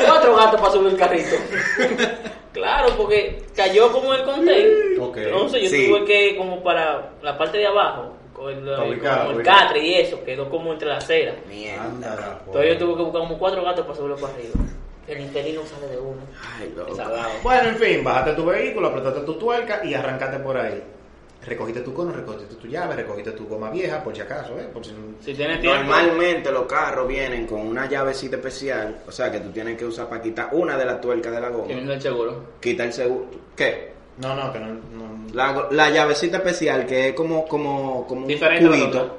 Speaker 6: Cuatro gatos para subir
Speaker 2: (laughs)
Speaker 6: el carrito. Claro, porque cayó como el container.
Speaker 2: Ok.
Speaker 6: Entonces yo
Speaker 5: Sí.
Speaker 6: tuve que, como para la parte de abajo, con el,
Speaker 2: Para ubicarlo,
Speaker 6: como el
Speaker 2: ubicarlo.
Speaker 6: catre y eso, quedó como entre la acera.
Speaker 5: Mierda.
Speaker 2: Anda, la joda.
Speaker 6: Entonces yo tuve que buscar como cuatro gatos para subirlo para arriba. El interino sale de uno.
Speaker 5: Ay, loco.
Speaker 6: Salado.
Speaker 2: Bueno, en fin, bajaste tu vehículo, apretaste tu tuerca y arrancaste por ahí. Recogiste tu cono, recogiste tu llave, recogiste tu goma vieja, por si acaso, ¿eh? Por si no-
Speaker 4: Si tiene tiempo.
Speaker 5: Normalmente los carros vienen con una llavecita especial, o sea que tú tienes que usar para quitar una de las tuercas de la goma.
Speaker 4: Teniendo el seguro.
Speaker 5: Quita el seguro. ¿Qué?
Speaker 2: No, no, que no. no-
Speaker 5: La, la llavecita especial que es como, como, como un
Speaker 4: Diferente a la
Speaker 5: cubito.
Speaker 4: otra.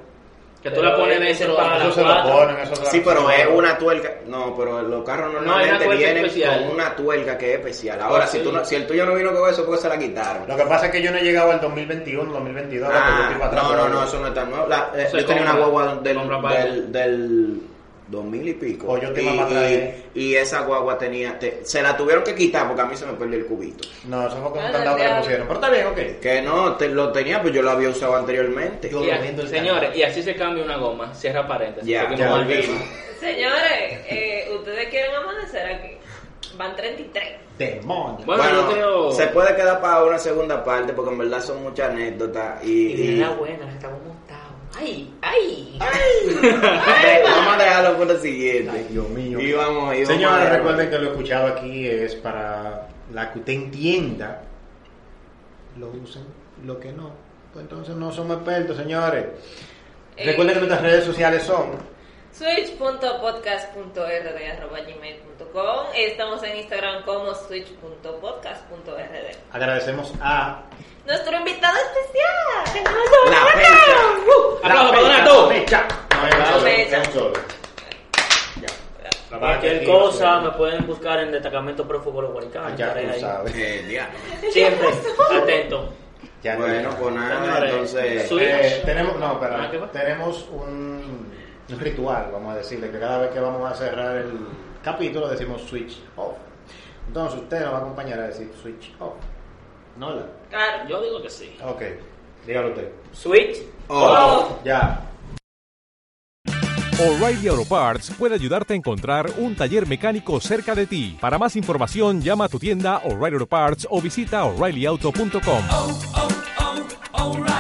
Speaker 4: Que tú
Speaker 6: Pero
Speaker 4: la pones
Speaker 6: ese
Speaker 4: dentro.
Speaker 6: para
Speaker 2: Eso
Speaker 6: las
Speaker 2: se lo
Speaker 6: cuatro.
Speaker 2: ponen, eso se lo
Speaker 5: Sí, pero
Speaker 2: se
Speaker 5: es
Speaker 2: lo-
Speaker 5: una tuerca. No, pero los carros
Speaker 4: una
Speaker 5: normalmente
Speaker 4: tuerca
Speaker 5: vienen
Speaker 4: especial.
Speaker 5: con una tuerca que es especial. Ahora,
Speaker 4: Ah,
Speaker 5: si,
Speaker 4: sí.
Speaker 5: tú no- si el tuyo no vino con eso, porque se la quitaron.
Speaker 2: Lo que pasa es que yo no he llegado al 2021, 2022. porque yo
Speaker 5: Ah,
Speaker 2: estoy para atrás,
Speaker 5: no, no,
Speaker 2: pero-
Speaker 5: no, eso no es tan nuevo. La- eh,
Speaker 4: Eso
Speaker 5: yo
Speaker 4: es
Speaker 5: tenía una
Speaker 4: compra-
Speaker 5: guagua del,
Speaker 4: compra parte.
Speaker 5: del, del 2000 y pico.
Speaker 2: O yo te
Speaker 5: y,
Speaker 2: iba para atrás,
Speaker 5: y-
Speaker 2: eh.
Speaker 5: y esa guagua tenía. te- se la tuvieron que quitar porque a mí se me perdió el cubito.
Speaker 2: No, eso fue con un
Speaker 3: Ah,
Speaker 2: candado que le
Speaker 3: ya.
Speaker 2: pusieron. Pero está bien, ok.
Speaker 5: Que no, te- lo tenía, pues yo lo había usado anteriormente.
Speaker 2: Yo
Speaker 4: Y
Speaker 2: lo
Speaker 4: así-
Speaker 2: vendo el
Speaker 4: señores,
Speaker 2: carro.
Speaker 4: y así se cambia una goma. Cierra paréntesis.
Speaker 5: Ya,
Speaker 4: seguimos
Speaker 5: ya
Speaker 4: con el
Speaker 5: volví.
Speaker 4: tema.
Speaker 3: Señores, eh, ustedes quieren amanecer aquí. Van 33.
Speaker 2: Demonio.
Speaker 4: Bueno, yo creo.
Speaker 5: se puede quedar para una segunda parte porque en verdad son muchas anécdotas. Y,
Speaker 6: Y
Speaker 5: y- (laughs)
Speaker 6: era buena, la estamos montados. ¡Ay! ¡Ay!
Speaker 5: Ve, vamos a dejarlo vamos con lo siguiente. Ay,
Speaker 2: Dios mío.
Speaker 5: Y vamos, y vamos
Speaker 2: Señores,
Speaker 5: a-
Speaker 2: recuerden que lo escuchado aquí es para la que usted entienda. Lo usen, lo que no. Pues entonces no somos expertos, señores.
Speaker 3: Eh.
Speaker 2: Recuerden que nuestras redes sociales son
Speaker 3: switch.podcast.rd.gmail.com Estamos en Instagram como switch.podcast.rd
Speaker 2: Agradecemos a
Speaker 3: Nuestro invitado especial. Tenemos a
Speaker 2: La
Speaker 3: Donato.
Speaker 2: fecha.
Speaker 3: Uh.
Speaker 2: La fecha, la fecha. No,
Speaker 4: Aplauso para Donato.
Speaker 2: es un
Speaker 6: La
Speaker 2: solo,
Speaker 6: fecha.
Speaker 2: es un solo.
Speaker 6: Cualquier cosa me pueden buscar en Destacamento Prófugo Los Guaricanos.
Speaker 2: Ah, Ya
Speaker 6: estaré
Speaker 2: tú
Speaker 6: ahí.
Speaker 2: sabes.
Speaker 5: Eh, diablo.
Speaker 6: Siempre, atento.
Speaker 2: Ya
Speaker 5: Bueno,
Speaker 2: tú sabes.
Speaker 5: pues nada,
Speaker 6: Señores,
Speaker 5: entonces.
Speaker 6: Switch.
Speaker 2: Eh, tenemos, no,
Speaker 4: Ah, ¿qué
Speaker 2: pero
Speaker 4: va?
Speaker 2: tenemos un, un ritual, vamos a decirle, que cada vez que vamos a cerrar el capítulo decimos switch off. Entonces usted nos va a acompañar a decir switch off. No la.
Speaker 6: Claro.
Speaker 4: Yo digo que sí.
Speaker 2: Ok, dígalo usted.
Speaker 6: Switch.
Speaker 5: Oh.
Speaker 2: Ya.
Speaker 11: O'Reilly Auto Parts puede ayudarte a encontrar un taller mecánico cerca de ti. Para más información, llama a tu tienda O'Reilly Auto Parts o visita oreillyauto.com.
Speaker 12: oh, oh,